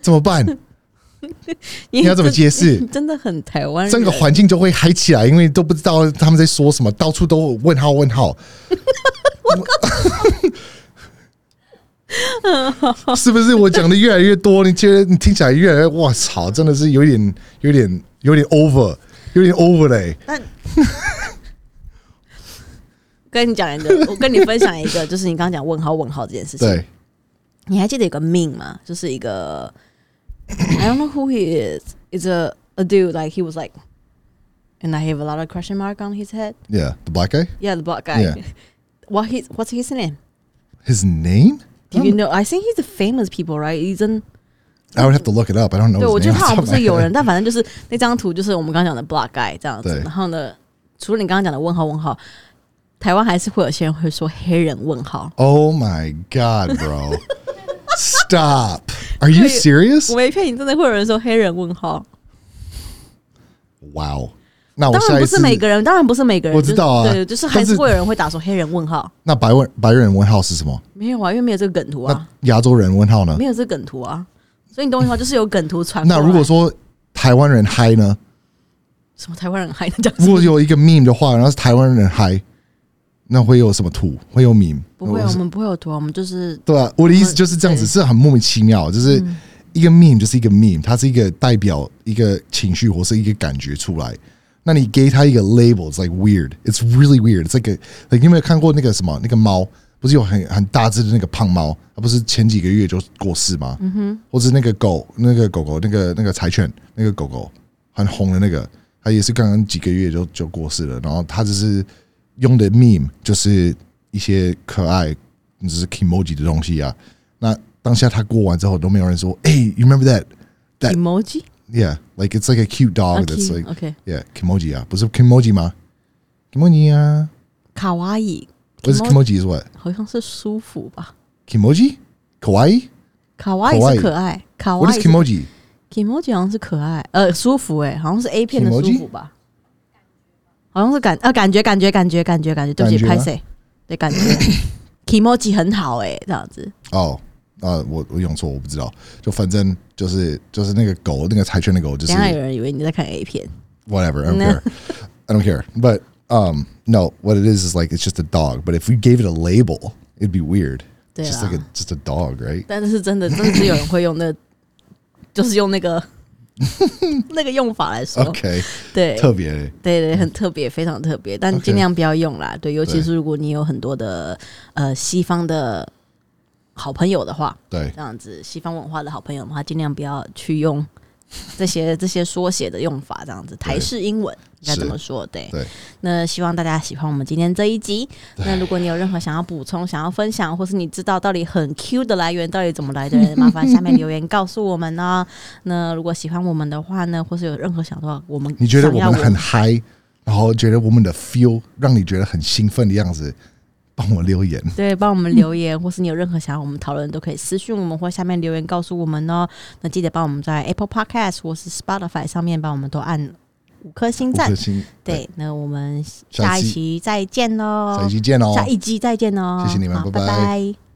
[SPEAKER 2] 怎么办？
[SPEAKER 1] 你
[SPEAKER 2] 你要怎
[SPEAKER 1] *laughs*
[SPEAKER 2] 么解释
[SPEAKER 1] 真真的很台湾人，
[SPEAKER 2] 整个环境就会嗨起来，因为都不知道他们在说什么，到处都问号问号。是不是我 *laughs* 讲的越来越多？你觉得你听起来越来越……我操，真的是有点、有点、有点 over，有点 over 嘞、
[SPEAKER 1] 但 *laughs* 跟你讲一个，我跟你分享一个，就是你刚刚讲问号问号这件事情。
[SPEAKER 2] 对，
[SPEAKER 1] 你还记得有个 meme 吗？就是一个 I don't know who he is. It's a a dude like he was like, and I have a lot of question mark on his head.
[SPEAKER 2] Yeah，the black guy.
[SPEAKER 1] Yeah, the black guy.
[SPEAKER 2] Yeah.
[SPEAKER 1] *laughs* What his what's his name?
[SPEAKER 2] His name?
[SPEAKER 1] Do you know? I think he's a famous people, right? He's an
[SPEAKER 2] I would have to look it up. I don't
[SPEAKER 1] *laughs*
[SPEAKER 2] know.
[SPEAKER 1] 对，
[SPEAKER 2] his
[SPEAKER 1] 我觉得
[SPEAKER 2] name
[SPEAKER 1] 他好像
[SPEAKER 2] off
[SPEAKER 1] 不是
[SPEAKER 2] the top of my
[SPEAKER 1] 有
[SPEAKER 2] head *laughs*
[SPEAKER 1] 人，但反正就是那张图就是我们刚刚讲的 black guy 这样子
[SPEAKER 2] 对。
[SPEAKER 1] 然后呢，除了你刚刚讲的问号问号，台湾还是会有些人会说黑人问
[SPEAKER 2] *laughs*
[SPEAKER 1] 号。
[SPEAKER 2] Oh my god, bro! Stop! Are you
[SPEAKER 1] 对
[SPEAKER 2] serious?
[SPEAKER 1] 我没骗你，真的会有人说黑人问号。
[SPEAKER 2] Wow！那我
[SPEAKER 1] 当
[SPEAKER 2] 哦下
[SPEAKER 1] 然
[SPEAKER 2] 一
[SPEAKER 1] 不
[SPEAKER 2] 次
[SPEAKER 1] 是每个人，当然不是每个人，
[SPEAKER 2] 我知道啊
[SPEAKER 1] 就是对，就是还
[SPEAKER 2] 但
[SPEAKER 1] 是
[SPEAKER 2] 是
[SPEAKER 1] 会有人会打说黑人问号，
[SPEAKER 2] 那白问白人问号是什么？
[SPEAKER 1] 没有啊，因为没有这个梗图啊
[SPEAKER 2] 那，亚洲人问号呢
[SPEAKER 1] 没？有这个梗图啊，所以你懂我意思吗？就是有梗图传过
[SPEAKER 2] 那
[SPEAKER 1] 来。
[SPEAKER 2] 如果说台湾人嗨呢？
[SPEAKER 1] 什么台湾人还能讲什
[SPEAKER 2] 如
[SPEAKER 1] 么，
[SPEAKER 2] 果有一个 meme 的话，然后是台湾人嗨，那会有什么图？会有 meme？
[SPEAKER 1] 不会啊，
[SPEAKER 2] 我
[SPEAKER 1] 我
[SPEAKER 2] 是
[SPEAKER 1] 们不会有图啊，我们就是
[SPEAKER 2] 对吧？我的意思就是这样子，
[SPEAKER 1] 对
[SPEAKER 2] 是很莫名其妙，就是一个 meme 就是一个 meme，它是一个代表一个情绪或是一个感觉出来。那你给它一个 label，it's like weird，it's really weird。这个，你有没有看过那个什么那个猫？不是有很很大只的那个胖猫，它不是前几个月就过世吗？嗯哼，或者那个狗，那个狗狗，那个那个柴犬，那个狗狗很红的那个，它也是刚刚几个月就就过世了。然后它只是用的 meme 就是一些可爱，就是 emoji 的东西啊。那当下它过完之后，都没有人说，哎、y o u remember that that
[SPEAKER 1] emoji
[SPEAKER 2] Yeah, like it's like a cute dog that's
[SPEAKER 1] cute,
[SPEAKER 2] like
[SPEAKER 1] okay.
[SPEAKER 2] yeah, kimoji 啊，不是 kimoji 吗？kimoji 啊
[SPEAKER 1] 卡哇伊，
[SPEAKER 2] ，what is kimoji is what
[SPEAKER 1] 好像是舒服吧？
[SPEAKER 2] kimoji kawaii
[SPEAKER 1] 卡哇伊是可爱，卡哇
[SPEAKER 2] what
[SPEAKER 1] 伊
[SPEAKER 2] is
[SPEAKER 1] 是
[SPEAKER 2] kimoji
[SPEAKER 1] emoji 好像是可爱，呃，舒服哎、好像是 A 片的
[SPEAKER 2] Kimoji？
[SPEAKER 1] 舒服吧？好像是感啊，感觉感觉感觉感觉感觉，对不
[SPEAKER 2] 感
[SPEAKER 1] 起，
[SPEAKER 2] 觉啊 *laughs*
[SPEAKER 1] 拍谁？对，感觉 emoji 很好哎、这样子。
[SPEAKER 2] 哦，啊，我我用错，我不知道，就反正就是就是那个狗，那个柴犬的狗，就
[SPEAKER 1] 等
[SPEAKER 2] 是
[SPEAKER 1] 一下有人以为你在看 A 片，
[SPEAKER 2] whatever. I don't
[SPEAKER 1] No.
[SPEAKER 2] care. I don't care. But um, no, what it is is like it's just a dog. But if we gave it a label, it'd be weird. It's just
[SPEAKER 1] Yeah.
[SPEAKER 2] like a just a dog, right?
[SPEAKER 1] 但是真的真的是有人会用
[SPEAKER 2] *laughs*
[SPEAKER 1] 那，就是用那个那个用法来说
[SPEAKER 2] Okay. eh?
[SPEAKER 1] 对。
[SPEAKER 2] 特别
[SPEAKER 1] 对对，很特别，非常特别，但
[SPEAKER 2] OK
[SPEAKER 1] 尽量不要用啦。对，尤其
[SPEAKER 2] 对
[SPEAKER 1] 是如果你有很多的呃西方的好朋友的话，
[SPEAKER 2] 对
[SPEAKER 1] 这样子西方文化的好朋友的话，尽量不要去用这些这些缩写的用法，这样子台式英文应该
[SPEAKER 2] 是
[SPEAKER 1] 怎么说？对，
[SPEAKER 2] 对
[SPEAKER 1] 那希望大家喜欢我们今天这一集。那如果你有任何想要补充、想要分享，或是你知道到底很 Q 的来源到底怎么
[SPEAKER 2] *laughs*
[SPEAKER 1] 来的人，麻烦下面留言告诉我们呢、那如果喜欢我们的话呢，或是有任何想到我们
[SPEAKER 2] 你觉得
[SPEAKER 1] 想
[SPEAKER 2] 我
[SPEAKER 1] 要
[SPEAKER 2] 们很嗨，然后觉得我们的 feel 让你觉得很兴奋的样子，帮我留言。
[SPEAKER 1] *laughs* 对，帮我们留言，或是你有任何想要我们讨论的，都可以私讯我们或下面留言告诉我们哦。那记得帮我们在 Apple Podcast 或是 Spotify 上面帮我们都按五颗星
[SPEAKER 2] 五
[SPEAKER 1] 赞
[SPEAKER 2] 颗。星，
[SPEAKER 1] 对，那我们
[SPEAKER 2] 下
[SPEAKER 1] 下
[SPEAKER 2] 一
[SPEAKER 1] 一
[SPEAKER 2] 期
[SPEAKER 1] 期再见喽
[SPEAKER 2] 下一，期见哦，
[SPEAKER 1] 下一集再见哦，
[SPEAKER 2] 谢谢你们
[SPEAKER 1] 好
[SPEAKER 2] 拜拜
[SPEAKER 1] 拜